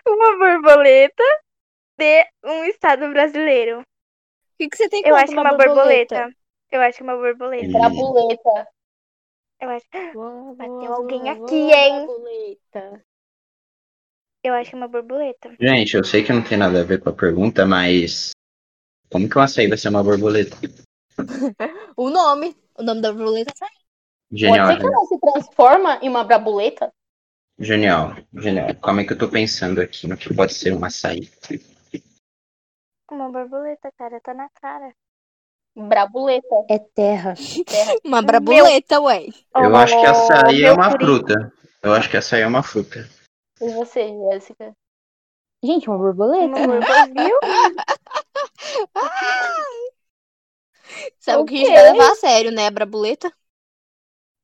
A: Uma borboleta. D. Um estado brasileiro.
C: O que, que você tem
A: Eu
C: contra
A: acho que uma borboleta. Eu acho que uma borboleta.
B: Trabuleta.
A: Eu acho,
C: Bateu
A: alguém aqui, hein?
C: Borboleta.
A: eu acho que uma borboleta.
E: Gente, eu sei que não tem nada a ver com a pergunta, mas como que um açaí vai ser uma borboleta?
C: O nome. O nome da borboleta sai.
E: Genial,
B: Pode ser que
E: né?
B: ela se transforma em uma brabuleta?
E: genial, genial. Como é que eu tô pensando aqui no que pode ser um açaí?
A: Uma borboleta, cara, tá na cara.
B: Brabuleta.
D: É terra.
B: é
C: Uma borboleta, ué.
E: Eu acho que açaí é
A: meu
E: uma
A: curi-
E: fruta. Eu acho que açaí é uma fruta.
B: E você, Jéssica?
D: Gente, uma borboleta.
A: Uma borboleta, viu?
C: Sabe o
B: O
C: que a gente
B: quê?
C: vai levar a sério, né? A borboleta.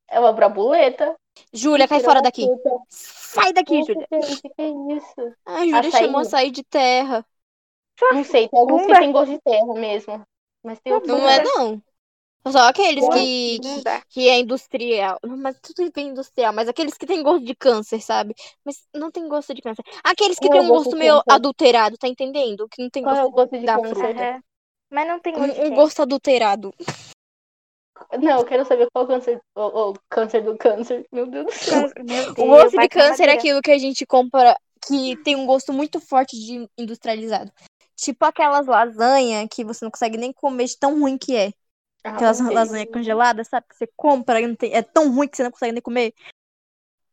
B: É uma brabuleta?
C: Júlia, cai
B: Tirou
C: fora
B: a
C: daqui.
B: fruta.
C: Sai daqui,
B: Nossa,
C: Júlia.
B: gente, que isso?
C: A Júlia
B: Açaí.
C: chamou açaí de terra.
B: Não sei, tem alguns que
A: Bunda.
B: tem gosto de terra mesmo. Mas tem outros.
C: Não é, não.
F: Só aqueles
A: Pô,
F: que,
A: não
F: que,
A: dá.
F: que é industrial. Não, mas tudo bem industrial, mas aqueles que tem gosto de câncer, sabe? Mas não tem gosto de câncer. Aqueles que
B: Qual
F: tem
B: é o
F: um
B: gosto
F: gosto
B: de
F: meio
B: câncer?
F: adulterado, tá entendendo? Que não tem
B: Qual é o
F: gosto.
B: gosto de
F: da
B: câncer?
A: Aham. Mas não tem gosto de
F: Um, um
A: queijo.
F: gosto adulterado.
B: Não, eu quero saber qual é o câncer. O o câncer do câncer. Meu Deus do céu.
A: Câncer- Meu
F: O
A: Deus,
F: gosto de
A: vai com a
F: câncer é
A: madeira.
F: aquilo que a gente compra, que tem um gosto muito forte de industrializado. Tipo aquelas lasanha que você não consegue nem comer de tão ruim que é.
B: Ah,
F: Aquelas
B: ok.
F: lasanha congeladas, sabe? Que você compra e não tem- é tão ruim que você não consegue nem comer.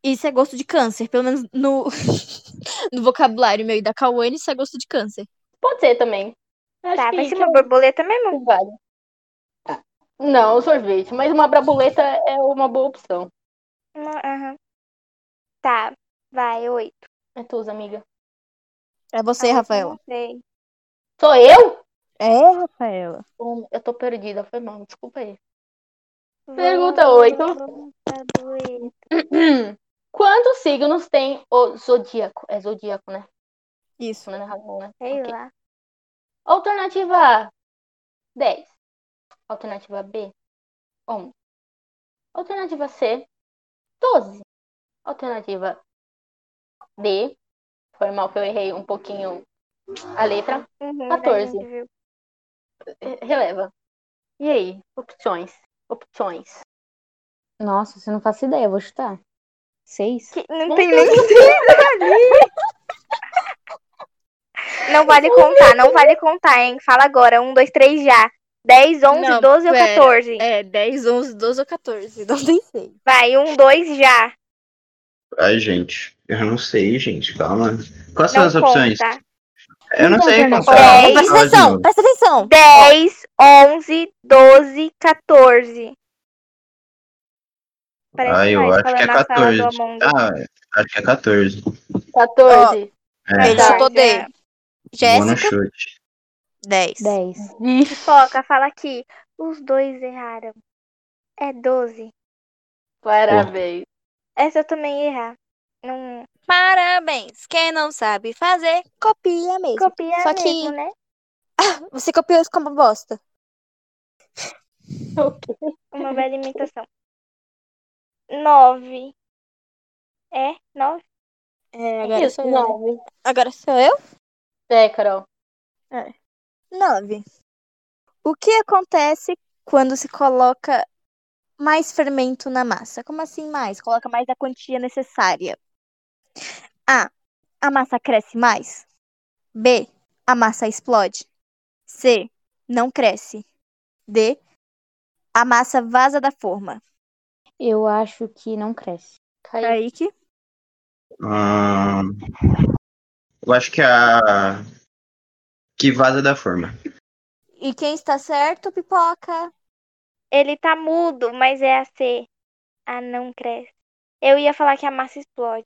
F: Isso é gosto de câncer, pelo menos no, no vocabulário meu e da Cauane, isso é gosto de câncer.
B: Pode ser também. Acho
A: Tá,
B: que,
A: vai ser
B: que
A: uma borboleta mesmo.
B: eu- vale. Ah, Não, sorvete. Mas uma braboleta é uma boa opção.
A: Não, aham. Tá, vai, oito.
B: É tuas, amiga.
F: É você,
A: Ah,
F: Rafaela.
A: Não sei.
B: Sou eu?
F: É, Rafaela.
B: Hum, Eu tô perdida. Foi mal. Desculpa aí.
A: Vou-
B: Pergunta oito.
A: vou botar dois.
B: Quantos signos tem o zodíaco? É zodíaco, né?
F: Isso.
B: Não é razão, né?
A: Sei
B: Ok.
A: lá.
B: Alternativa A, 10. Alternativa B, 11. Alternativa C, 12. Alternativa D, foi mal que eu errei um pouquinho a letra,
A: Uhum,
B: 14.
A: a gente viu.
B: eh, releva. E aí, opções? Opções.
I: Nossa, você não faz ideia, eu vou chutar. Seis?
A: Que- não tem nem signo ali. Não vale contar, não vale contar, hein? Fala agora. Um, dois, três já. 10, 11,
F: Não,
A: 12 ou
F: pera.
A: 14?
F: É 10, 11, 12 ou 14. Não tem sei.
A: Vai, um, dois já.
E: Ai, gente. Eu não sei, gente. Calma. Quais são
A: Não
E: as opções?
A: conta. É
E: Eu não
I: Então,
E: sei
I: Fernanda,
E: quais são.
A: peraí.
E: Fala de
F: Presta atenção,
E: novo.
F: presta atenção.
A: 10, 11, 12, 14. Parece
E: Ah, eu
A: nós
E: acho que é
A: falando na sala do
E: 14.
A: Among Us.
E: Ah, acho que é 14.
B: 14.
E: É,
F: Ele
B: Tá,
F: chutou
A: já.
F: D.
E: vou no
F: Jéssica,
E: chute.
F: 10.
I: Dez.
A: Foca, fala aqui. Os dois erraram. É 12.
B: Parabéns.
A: Essa eu também errar. Não
F: Parabéns. Quem não sabe fazer, copia mesmo.
A: copia
F: Só que-
A: mesmo, né?
F: Você copiou e ficou uma bosta.
B: Ok.
A: Uma bela imitação. 9. É? 9?
F: É,
B: Isso, nove.
F: Agora sou eu?
B: É, Carol.
F: 9. O que acontece quando se coloca mais fermento na massa? Como assim mais? Coloca mais da quantia necessária. A. A massa cresce mais. B. A massa explode. C. Não cresce. D. A massa vaza da forma.
I: Eu acho que não cresce.
B: Caiu.
F: Kaique?
E: Hum, eu acho que é a. Que vaza da forma.
F: E quem está certo, pipoca?
A: Ele tá mudo, mas é a C. Ah, não cresce. Eu ia falar que a massa explode.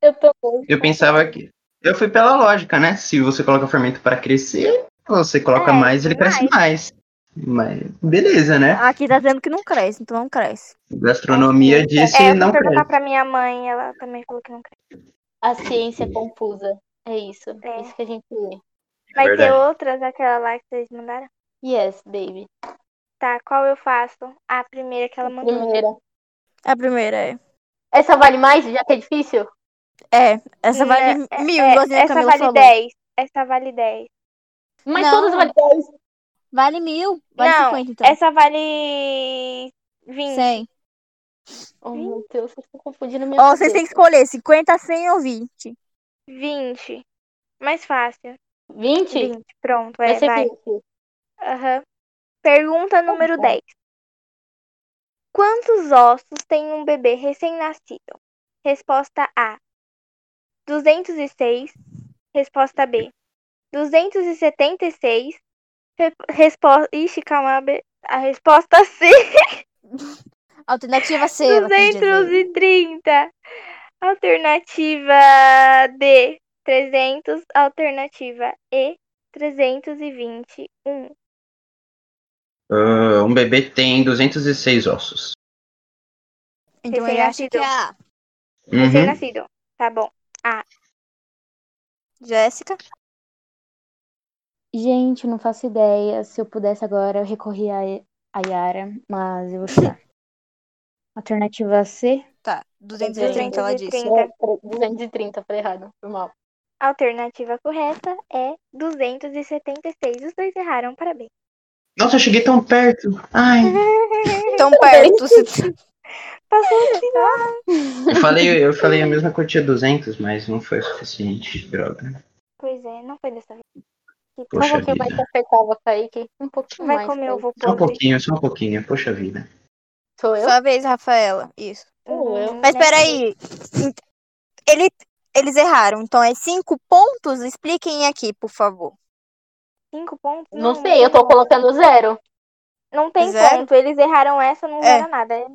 B: Eu tô bom.
E: Eu pensava que. Eu fui pela lógica, né? Se você coloca fermento para crescer, você coloca
A: É,
E: mais, ele cresce mais. Mas beleza, né?
F: Aqui tá dizendo que não cresce, então não cresce.
E: Gastronomia disse
A: É, eu
E: não
A: fui perguntar
E: cresce.
A: pra minha mãe, ela também falou que não cresce.
B: A ciência é confusa. É isso.
A: É.
B: É isso que a gente.
A: Vai ter
E: Verdade.
A: outras, aquela lá que vocês mandaram?
B: Yes, baby.
A: Tá, qual eu faço? A primeira que ela mandou.
F: Hum,
B: Primeira.
F: A primeira é.
B: Essa vale mais, já que é difícil?
F: É, essa vale
A: Né,
F: mil,
A: é,
F: igualzinho a
A: Essa
F: Camila
A: vale
F: falou.
A: 10. Essa vale 10.
B: Mas
F: Não.
B: todas valem 10.
F: Vale mil, vale
A: Não,
F: 50 então.
A: Essa vale 20.
F: 100.
B: Oh, meu Deus, vocês estão confundindo minha
F: Ó,
B: cabeça.
F: vocês têm que escolher 50, 100 ou 20.
A: 20. Mais fácil.
B: 20?
A: 20. Pronto,
B: Vai
A: é,
B: ser
A: vai.
B: 20.
A: Aham.
F: Tá
A: Pergunta número
B: bom.
A: 10. Quantos ossos tem um bebê recém-nascido? Resposta A. 206. Resposta B. 276. Resposta. Ixi, calma. B. A resposta C.
F: Alternativa C. ela quis dizer.
A: 230. Alternativa D. 300. Alternativa E. 321.
E: Ah, um bebê tem 206 ossos.
F: Então eu acho que é a
E: Uhum.
A: Recém-nascido. Tá bom.
F: Jéssica.
I: Gente, eu não faço ideia. Se eu pudesse agora, eu recorria a-
D: a Yara, mas eu vou chutar. Alternativa C,
F: Tá, 230 ela disse.
A: 230.
B: 230, falei errado, foi mal.
A: A alternativa correta é 276. Os dois erraram, parabéns.
E: Nossa, eu cheguei tão perto. Ai.
A: Uhum.
F: Tão perto. se-
A: Passou
F: É,
A: no final.
E: Eu falei, eu falei a mesma quantia 200, mas não foi o suficiente. Droga.
A: Pois é, não foi dessa vez. Então, Que
E: Poxa
B: Só um pouquinho mais
E: vida.
B: apertava, Kaique. Um pouquinho
A: Vai
B: mais.
F: é
A: comer
B: Kaique.
A: ovo
E: Só um
A: podre.
E: pouquinho, só um pouquinho. Poxa vida.
B: Sou eu?
F: Sua vez, Rafaela. Isso.
B: Sou eu.
A: Hum,
F: Uhum. Mas
A: né?
F: peraí. Ent- Ele, eles erraram, então é cinco pontos? Expliquem aqui, por favor.
A: Cinco pontos?
B: Não sei, eu tô
A: não-
B: colocando zero.
A: Não tem
F: Zero?
A: ponto. Eles erraram essa, não
F: É.
A: ganha nada. É-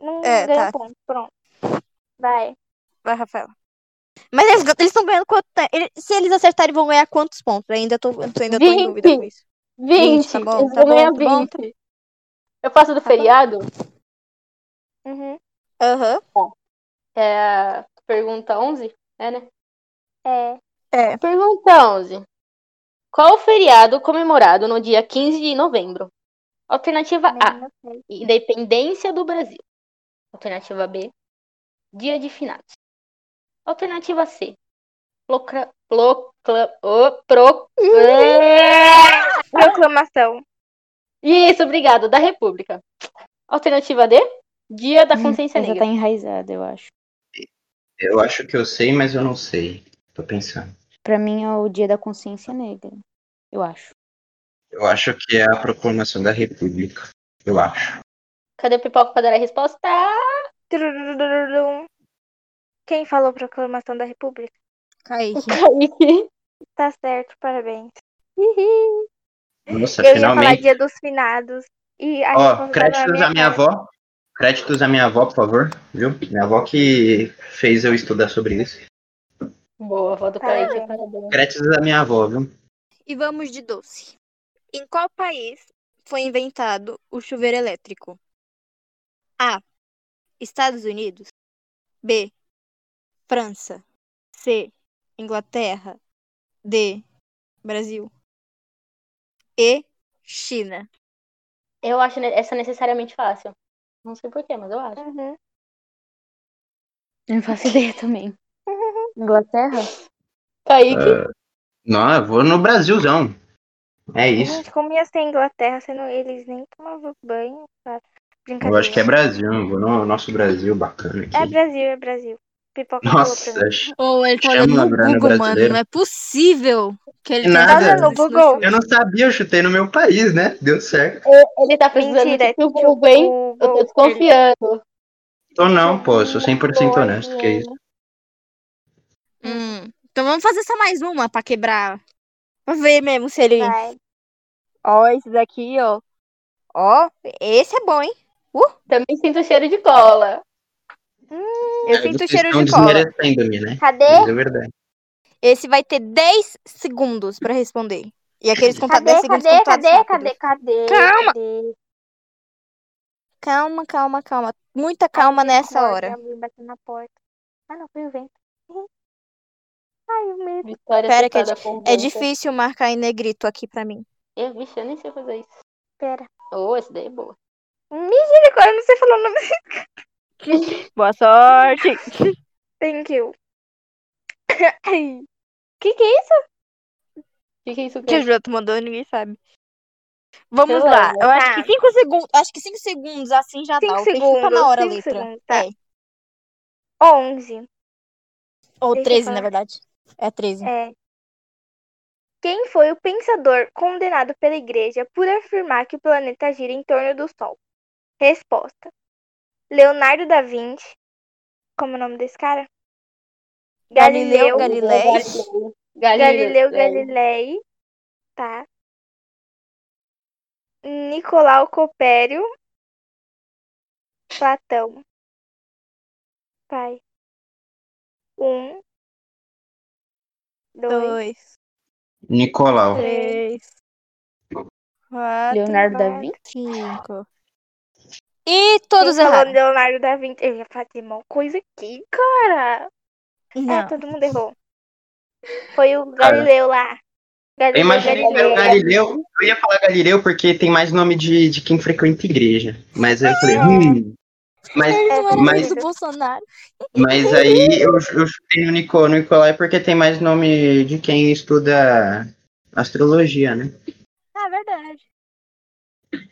A: Não
F: É,
A: ganha
F: tá.
A: ponto. Pronto. Vai.
F: Vai, Rafaela. Mas eles estão ganhando quanto tempo? Ele- Se eles acertarem, vão ganhar quantos pontos? Eu ainda tô, eu tô- ainda tô em dúvida com
B: Vinte.
F: isso.
B: 20.
F: tá bom,
B: eles
F: tá
B: vão ganhar
F: bom, tá bom,
B: 20. Eu faço do feriado?
A: Uhum.
F: Aham.
B: É a pergunta 11? É, né?
A: É.
B: Pergunta 11. Qual o feriado comemorado no dia 15 de novembro? Alternativa A.
A: menos seis.
B: Independência do Brasil. Alternativa B. Dia de finados. Alternativa C. Procla... Procla... ô, pro...
A: Proclamação.
B: Isso, obrigado. Da República. Alternativa D. Dia da Consciência
D: essa tá
B: Negra.
D: enraizada, eu acho.
E: Eu acho que eu sei, mas eu não sei. Tô pensando.
D: Pra mim é o dia da consciência negra, eu acho.
E: Eu acho que é a proclamação da República. Eu acho.
B: Cadê o pipoca pra dar a resposta?
A: Tururururum. Quem falou Proclamação da República?
F: Kaique.
B: Kaique.
A: Tá certo, parabéns. Hihi.
E: Nossa,
A: Eu ia falar
E: é finalmente.
A: Dia dos Finados. E a
E: Ó,
A: resposta tava na
D: é
E: créditos à minha
A: cara.
E: avó. Créditos à minha avó, por favor. Viu? Minha avó que fez eu estudar sobre isso.
B: Boa, vó do
A: Parabéns.
B: Kaique. Parabéns.
E: Créditos à minha avó, viu?
F: E vamos de doce. Em qual país foi inventado o chuveiro elétrico? A. Estados Unidos. B. França. C. Inglaterra. D. Brasil. E. China.
B: Eu acho ne- essa necessariamente fácil. Não sei porquê, mas eu acho.
A: Uhum.
D: Eu não faço ideia também. Inglaterra?
C: Tá
B: Kaique.
E: Não, eu vou no Brasilzão. É isso.
A: Gente, como ia ser Inglaterra, sendo eles nem tomavam banho, cara.
E: Eu
A: Brincadeira.
E: acho que é Brasil. Eu vou no nosso Brasil bacana aqui.
A: É Brasil, é Brasil. Pipoca falou pra
E: Nossa, é
A: mim.
C: Ou ele tá
E: Chama
C: olhando
E: a
C: no
E: Brana
C: Google, mano.
E: brasileira.
C: Não é possível que ele
E: Que
C: tenha
E: nada.
C: dado
A: Tá vendo,
C: isso.
A: bugou?
E: eu não sabia, eu chutei no meu país, né? Deu certo.
B: Ele tá precisando
A: Mentira, tipo,
B: de Google, hein? Eu tô
A: Google.
B: desconfiando.
E: Ou não, pô, eu sou 100% honesto, que é isso.
F: Hum, Então vamos fazer só mais uma pra quebrar. Pra ver mesmo se
C: Tá.
F: ele.
A: Vai.
F: Ó, esse daqui, ó. Ó, esse é bom, hein?
B: Também sinto cheiro de cola.
F: Eu
E: É,
F: sinto
E: vocês
F: cheiro
E: estão
F: de cola.
E: desmerecendo-me, né?
A: Cadê?
E: Mas é verdade.
F: Esse vai ter 10 segundos pra responder. E aqueles
B: tá
F: contados
A: Cadê?
F: 10 segundos
A: Cadê?
F: contados
A: Cadê?
F: rápidos.
A: Cadê? Cadê?
F: Calma.
A: Cadê?
F: Calma, calma, calma. Muita calma nessa
A: Misericórdia,
F: hora.
A: alguém bateu na porta. Ah, não, foi o vento. Ai, o medo.
B: Vitória
F: Pera que
B: assustada com
F: É
B: vento.
F: difícil marcar em negrito aqui pra mim.
B: Eu, vixe, eu nem sei fazer isso.
A: Pera.
B: Oh, essa daí é boa.
A: Misericórdia, não sei falar o nome.
F: Boa sorte.
A: Thank you. Ai. Que que é isso?
B: O que, que é isso
F: Que o
B: que
F: Joto mandou, ninguém sabe. Vamos
B: Sei lá,
F: lá. Eu acho
A: tá.
F: que 5 segundos. Acho que 5 segundos assim já dá.
A: 5
F: O peixe tá na hora a
A: segundos. 5
F: letra.
A: segundos. Tá.
F: É.
A: 11.
F: Ou
A: Deixa eu
F: 13,
A: falar.
F: na verdade. É 13.
A: É. Quem foi o pensador condenado pela igreja por afirmar que o planeta gira em torno do Sol? Resposta: Leonardo da Vinci. Como é o nome desse cara?
F: Galileu
A: Galileu
B: Galileu,
F: Galilei.
A: Galileu
B: Galileu. Galileu.
A: Galilei. Tá. Nicolau Copério. Platão. Vai. Um. Dois.
F: 2,
E: Nicolau.
F: 3, 4,
D: Leonardo da
A: quatro.
D: Vinci?
F: 5. E todos
A: Quem falou
F: erraram.
A: Leonardo da Vinci. Eu ia fazer uma coisa aqui, cara. É,
F: Não.
A: todo mundo errou. Foi o Galileu lá. Galileu,
E: Eu imaginei que era o Galileu. Eu ia falar Galileu porque tem mais nome de, de quem frequenta igreja. Mas aí eu falei, hum. Mas,
A: É,
F: Não era
E: mas-
F: do Bolsonaro.
E: mas aí eu, eu chutei no Nico- no Nicolai porque tem mais nome de quem estuda astrologia, né?
A: Ah, verdade.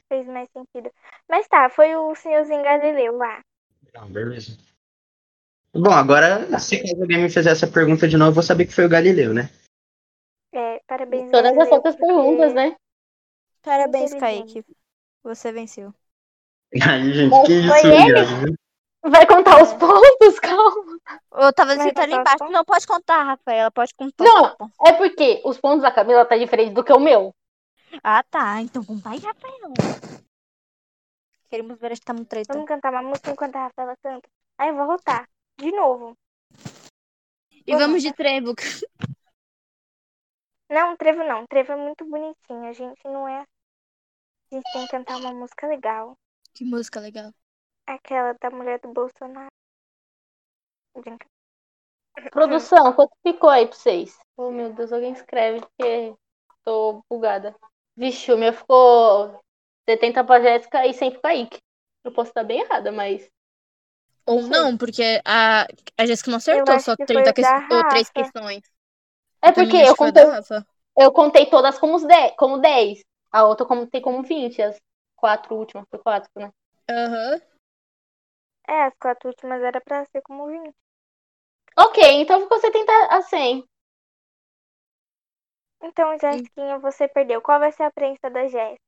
A: Fez mais sentido. Mas tá, foi o senhorzinho Galileu lá.
E: Não, beleza. Bom, agora, se caso alguém me fizer essa pergunta de novo, eu vou saber que foi o Galileu, né?
A: É, parabéns,
B: Todas as
A: Galileu,
B: Então, outras
A: porque-
B: perguntas, né?
F: Parabéns,
A: Inteligente.
F: Kaique. Você venceu.
E: Aí, gente,
B: Mas
E: que isso,
B: foi ele?
E: viado.
B: Vai contar os pontos, calma.
F: Eu tava
A: Vai
F: escrito ali
A: contar os
F: embaixo.
A: pontos?
F: Não, pode contar, Rafaela. Pode contar.
B: Não, é porque os pontos da Camila tá diferente do que o meu.
F: Ah, tá. Então vamos aí, Rafaela. Queremos ver esta mutreta.
A: Vamos cantar uma música enquanto a Rafaela canta. Aí eu vou voltar. De novo.
C: E vamos de trevo.
A: Não, trevo não. Trevo é muito bonitinho. A gente não é. A gente tem que cantar uma música legal.
C: Que música legal.
A: Aquela da mulher do Bolsonaro. Brinca-
B: Produção, quanto ficou aí pra vocês? Oh, meu Deus, alguém escreve, porque tô bugada. Vixe, o meu ficou 70 pra Jéssica e 100 pro Kaique. Eu posso estar bem errada, mas.
C: Ou não, porque a, a Jéssica não
A: Eu
C: acertou
A: acho
C: só
A: que foi
C: 30
A: o da
C: questões, ou 3
A: Rafa.
C: questões.
B: É
C: Então,
B: porque
C: acho
B: eu
C: que foi a
B: contei,
C: da Rafa.
B: eu contei todas como, os 10, como 10. A outra eu contei como 20. As quatro últimas, foi quatro, né?
C: Aham.
A: É, as quatro últimas era pra ser como 20.
B: Ok, então ficou 70 a 100.
A: Então, Jéssica, você perdeu. Qual vai ser a prensa da Jéssica?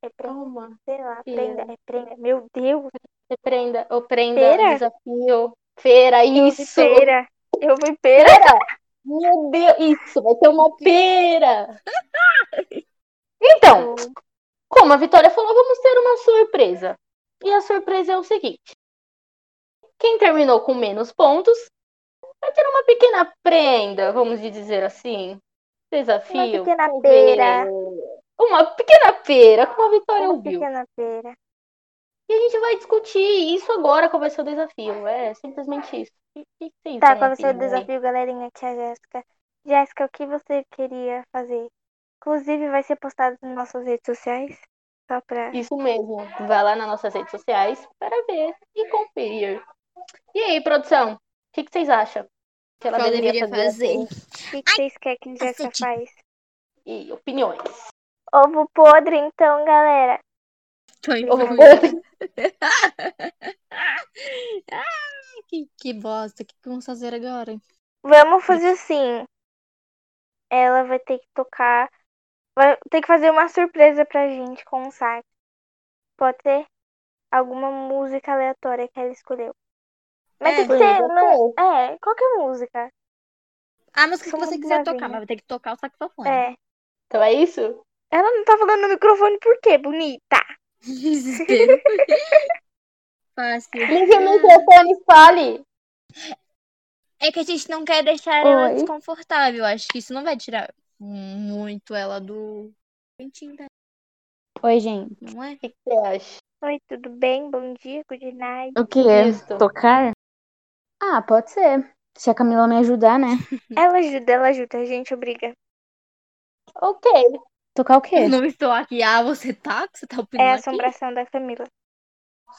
A: É prensa,
C: Oh,
B: Calma.
A: sei lá,
B: Sim.
A: prenda, é prenda. Meu Deus,
B: Você prenda, eu prenda, um
A: Feira?
B: desafio. Feira,
A: que
B: isso.
A: pera. Eu fui pera.
B: Pera! Meu Deus, isso, vai ter uma pera! Então, como a Vitória falou, vamos ter uma surpresa. E a surpresa é o seguinte: quem terminou com menos pontos vai ter uma pequena prenda, vamos dizer assim.
A: Uma
B: Desafio.
A: pequena pera.
B: Uma pequena pera, como a Vitória
A: Uma
B: ouviu.
A: pequena pera.
B: E a gente vai discutir isso agora, qual vai ser o desafio. É simplesmente isso. O que- o que vocês
A: Tá,
B: dão
A: qual vai ser o
B: opinião aí?
A: desafio, galerinha? Aqui é a Jéssica. Jéssica, o que você queria fazer? Inclusive, vai ser postado nas nossas redes sociais. Só pra.
B: Isso mesmo. Vai lá nas nossas redes sociais para ver e conferir. E aí, produção? O que, que vocês acham? Que ela
C: Qual
B: deveria,
C: deveria
B: fazer? assim
C: fazer?
A: O que, que vocês querem que a Jéssica
F: cacete.
A: faz?
B: E opiniões.
A: Ovo podre, então, galera.
C: Tô em
B: Ovo
C: fome.
B: podre.
C: Ah, que, que bosta. O que que vamos fazer agora?
A: Vamos fazer assim. Ela vai ter que tocar. Vai ter que fazer uma surpresa pra gente com o sax. Pode ser? Alguma música aleatória que ela escolheu. Mas
C: É,
A: tem que ser.
B: beleza,
A: não- É, qualquer música.
C: A música que
A: Só uma
C: você quiser tocar,
A: bolinha.
C: mas vai ter que tocar o saxofone.
A: É.
B: Então é isso?
A: Ela não tá falando no microfone por quê, bonita?
C: Desespero. Fácil.
B: Ligue o microfone e fale.
C: É que a gente não quer deixar ela
B: Oi.
C: desconfortável. Acho que isso não vai tirar muito ela do. Pentinho dela,
D: Oi, gente.
C: não é?
B: O que, que você acha?
A: Oi, tudo bem? Bom dia, good night.
D: O que é?
B: Isso.
D: Tocar? Ah, pode ser. Se a Camila me ajudar, né?
A: Ela ajuda, ela ajuda, a gente obriga.
B: Ok.
D: Tocar o quê?
C: Eu não estou aqui. Ah, você tá? Você tá
A: É
C: opinando
A: a
C: aqui?
A: assombração da Camila.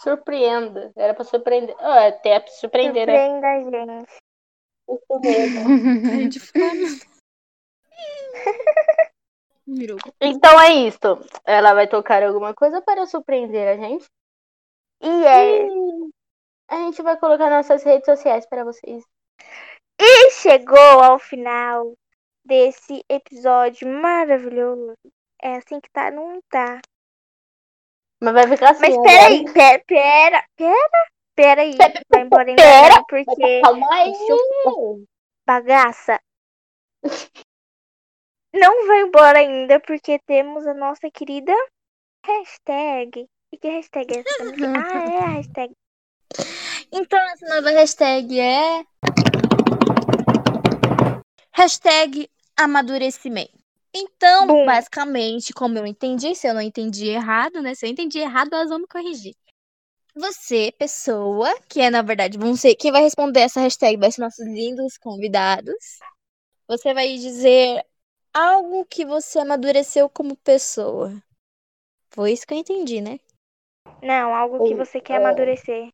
B: Surpreenda. Era pra surpreender. Ah, é até pra surpreender, né?
A: Surpreenda a gente.
B: Isso mesmo.
C: Ai, de fome. Mirou.
B: Então é isso. Ela vai tocar alguma coisa para surpreender a gente.
A: E é.
B: E a gente vai colocar nossas redes sociais para vocês
A: E chegou ao final desse episódio maravilhoso. É assim que tá, não tá.
B: Mas vai ficar assim.
A: Mas
B: né?
A: peraí, pera, pera, pera, pera aí. Vai embora em
B: Pera.
A: breve, porque
B: Calma aí.
A: Deixa eu- bagaça. Não vai embora ainda, porque temos a nossa querida hashtag. E que hashtag é essa? Camila? ah, é a hashtag.
C: Então, essa nova hashtag é. Hashtag amadurecimento. Então,
A: Bum.
C: basicamente, como eu entendi, se eu não entendi errado, né? Se eu entendi errado, elas vão me corrigir. Você, pessoa, que é, na verdade, vão ser, quem vai responder essa hashtag vai ser nossos lindos convidados. Você vai dizer
F: Algo que você amadureceu como pessoa. Foi isso que eu entendi, né?
A: Não, algo que você quer
B: é.
A: amadurecer.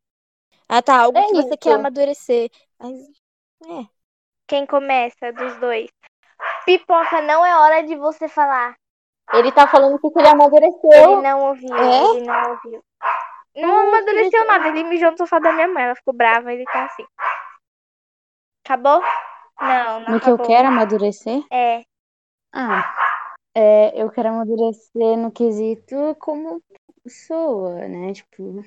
F: Ah, tá. Algo
B: É
F: que você quer
B: isso.
F: amadurecer. Mas,
A: Quem começa dos dois? Pipoca, não é hora de você falar.
B: Ele tá falando que ele
A: Ele
B: amadureceu.
A: não ouviu,
F: É?
A: ele não ouviu. Não amadureceu nada, ele mijou no sofá da minha mãe, ela ficou brava, ele tá assim. Acabou? Não, não
D: No que eu
A: acabou.
D: quero amadurecer?
A: É,
D: Ah, é, eu quero amadurecer no quesito como pessoa, né? Tipo,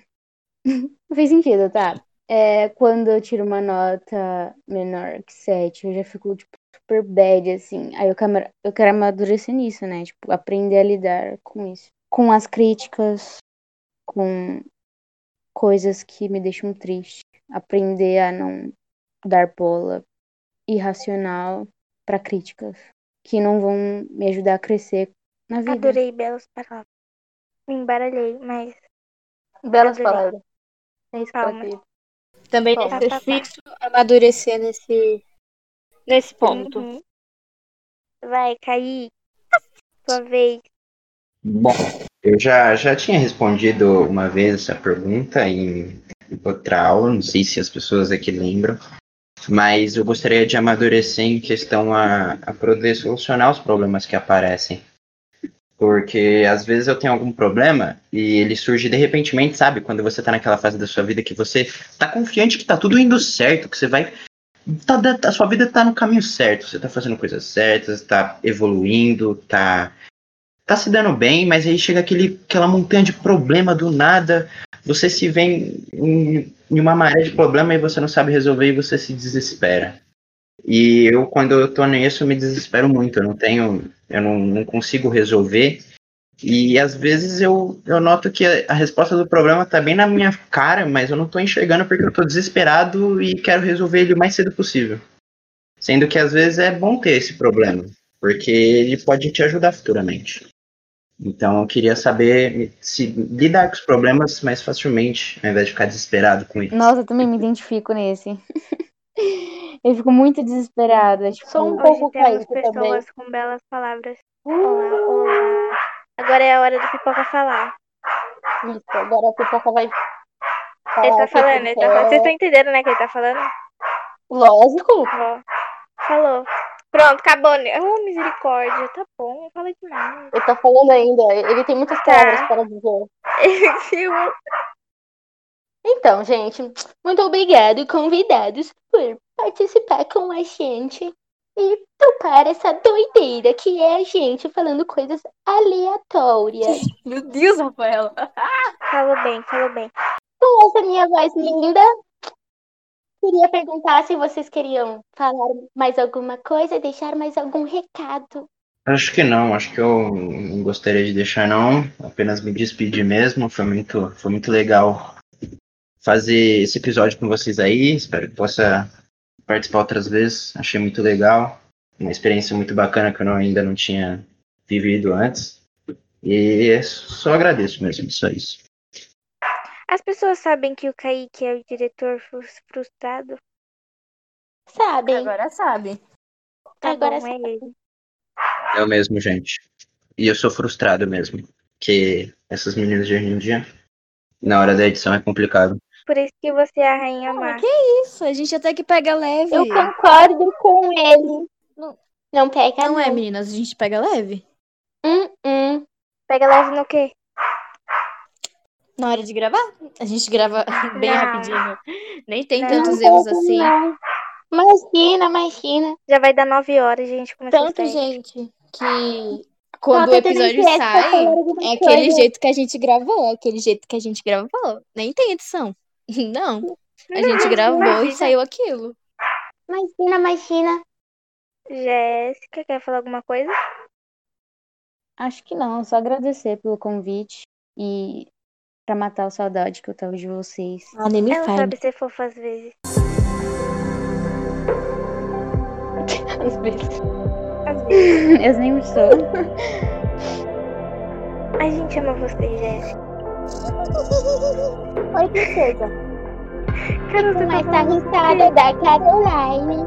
D: não fez sentido, tá? É, quando eu tiro uma nota menor que 7, eu já fico, tipo, super bad, assim. Aí eu quero, eu quero amadurecer nisso, né? Tipo, aprender a lidar com isso. Com as críticas, com coisas que me deixam triste. Aprender a não dar bola irracional pra críticas que não vão me ajudar a crescer na
B: Uhum.
D: vida.
A: adorei belas palavras. Me embaralhei, mas
B: Belas
A: Adorei.
B: palavras. É isso que eu
A: Calma.
B: acredito.
C: Também
B: Bom,
C: necessito amadurecer nesse, nesse ponto.
A: Uhum. Vai, cair. Sua vez.
E: Bom, eu já, já tinha respondido uma vez essa pergunta em outra aula, não sei se as pessoas aqui lembram, mas eu gostaria de amadurecer em questão a, a poder solucionar os problemas que aparecem. Porque às vezes eu tenho algum problema e ele surge de repentemente, sabe? Quando você tá naquela fase da sua vida que você tá confiante que tá tudo indo certo, que você vai. Tá, da- a sua vida tá no caminho certo, você tá fazendo coisas certas, tá evoluindo, tá tá se dando bem, mas aí chega aquele, aquela montanha de problema do nada. Você se vê em, em- em uma maré de problema e você não sabe resolver e você se desespera. E eu, quando eu tô nisso, eu me desespero muito. Eu não tenho. Eu não, não consigo resolver. E às vezes eu, eu noto que a, a resposta do problema tá bem na minha cara, mas eu não tô enxergando porque eu tô desesperado e quero resolver ele o mais cedo possível. Sendo que às vezes é bom ter esse problema, porque ele pode te ajudar futuramente. Então eu queria saber se lidar com os problemas mais facilmente, ao invés de ficar desesperado com eles.
D: Nossa, eu também me identifico nesse. eu fico muito desesperada. Tipo,
B: Sou um
A: Hoje
B: pouco
A: temos
B: caído
A: pessoas
B: também.
A: com belas palavras. Olá, olá. Agora é a hora do Pipoca falar.
B: Isso, agora a pipoca vai. falar
A: Ele
B: o
A: tá
B: que que
A: falando, ele tá
B: quer.
A: falando. Vocês estão entendendo, né, que ele tá falando?
B: Lógico.
A: Ó, falou. Pronto, acabou. né? Oh, misericórdia. Tá bom, fala demais.
B: Ele tá falando ainda. Ele tem muitas
A: Tá.
B: palavras para dizer. Então, gente, muito obrigado, convidados, por participar com a gente e topar essa doideira que é a gente falando coisas aleatórias.
C: Meu Deus, Rafaela.
A: falou bem, falou bem.
B: Com essa minha voz linda, queria perguntar se vocês queriam falar mais alguma coisa, deixar mais algum recado.
E: Acho que não, acho que eu não gostaria de deixar não, apenas me despedir mesmo, foi muito, foi muito legal fazer esse episódio com vocês aí, espero que possa participar outras vezes, achei muito legal, uma experiência muito bacana que eu não- ainda não tinha vivido antes, e é só agradeço mesmo, só isso.
A: As pessoas sabem que o Kaique é o diretor frus- frustrado?
B: Sabem?
C: Agora sabe.
A: Tá
B: Agora
A: bom, é ele.
E: Eu mesmo, gente. E eu sou frustrado mesmo. Que essas meninas de hoje em dia, na hora da edição, é complicado.
A: Por isso que você é a rainha má.
C: Isso, a gente até que pega leve.
B: Eu concordo com ele. Não, não pega
C: Não é,
B: não.
C: meninas, a gente pega leve.
B: Hum, hum.
A: Pega leve no quê?
C: Na hora de gravar, a gente grava bem
A: Não.
C: rapidinho. Nem tem
A: Não,
C: tantos
B: Não
C: erros
B: pega,
C: assim.
B: não. Imagina, imagina.
A: Já vai dar nove horas, gente. Começou
C: Tanto,
A: a sair.
C: gente, que quando o
B: Falta também
C: episódio
B: criança pra
C: sai,
B: falar alguma
C: é aquele
B: tá coisa.
C: jeito que a gente gravou, é aquele jeito que a gente gravou. Nem tem edição. Não. A gente gravou e
A: Imagina.
C: saiu aquilo.
B: Imagina, imagina.
A: Jéssica, quer falar alguma coisa?
D: Acho que não, só agradecer pelo convite e pra matar a saudade que eu tava de vocês.
C: Ah, nem me
A: Ela
C: fale.
A: sabe ser fofa às vezes.
B: Às vezes.
A: Às vezes.
D: eu nem sou.
A: A gente ama você, Jéssica.
B: Oi, princesa.
A: Cara, você tá
B: Com essa
A: falando
B: risada da Caroline,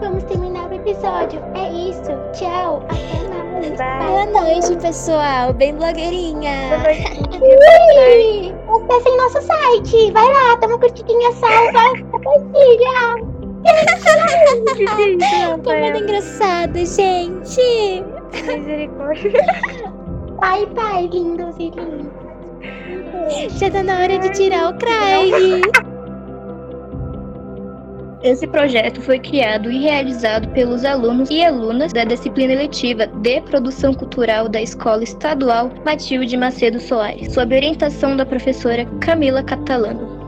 B: vamos terminar o
A: episódio. É isso. Tchau. Até mais.
J: Bye.
A: Boa noite, pessoal. Bem blogueirinha.
J: Boa noite.
A: Ui! Acessem nosso site. Vai lá, dá uma curtidinha, salva, compartilha. Que muito engraçado, gente.
J: Misericórdia.
A: Pai, pai, lindos e lindos. Já tá na hora de tirar o Craig.
D: Esse projeto foi criado e realizado pelos alunos e alunas da disciplina eletiva de Produção Cultural da Escola Estadual Matilde Macedo Soares, sob orientação da professora Camila Catalano.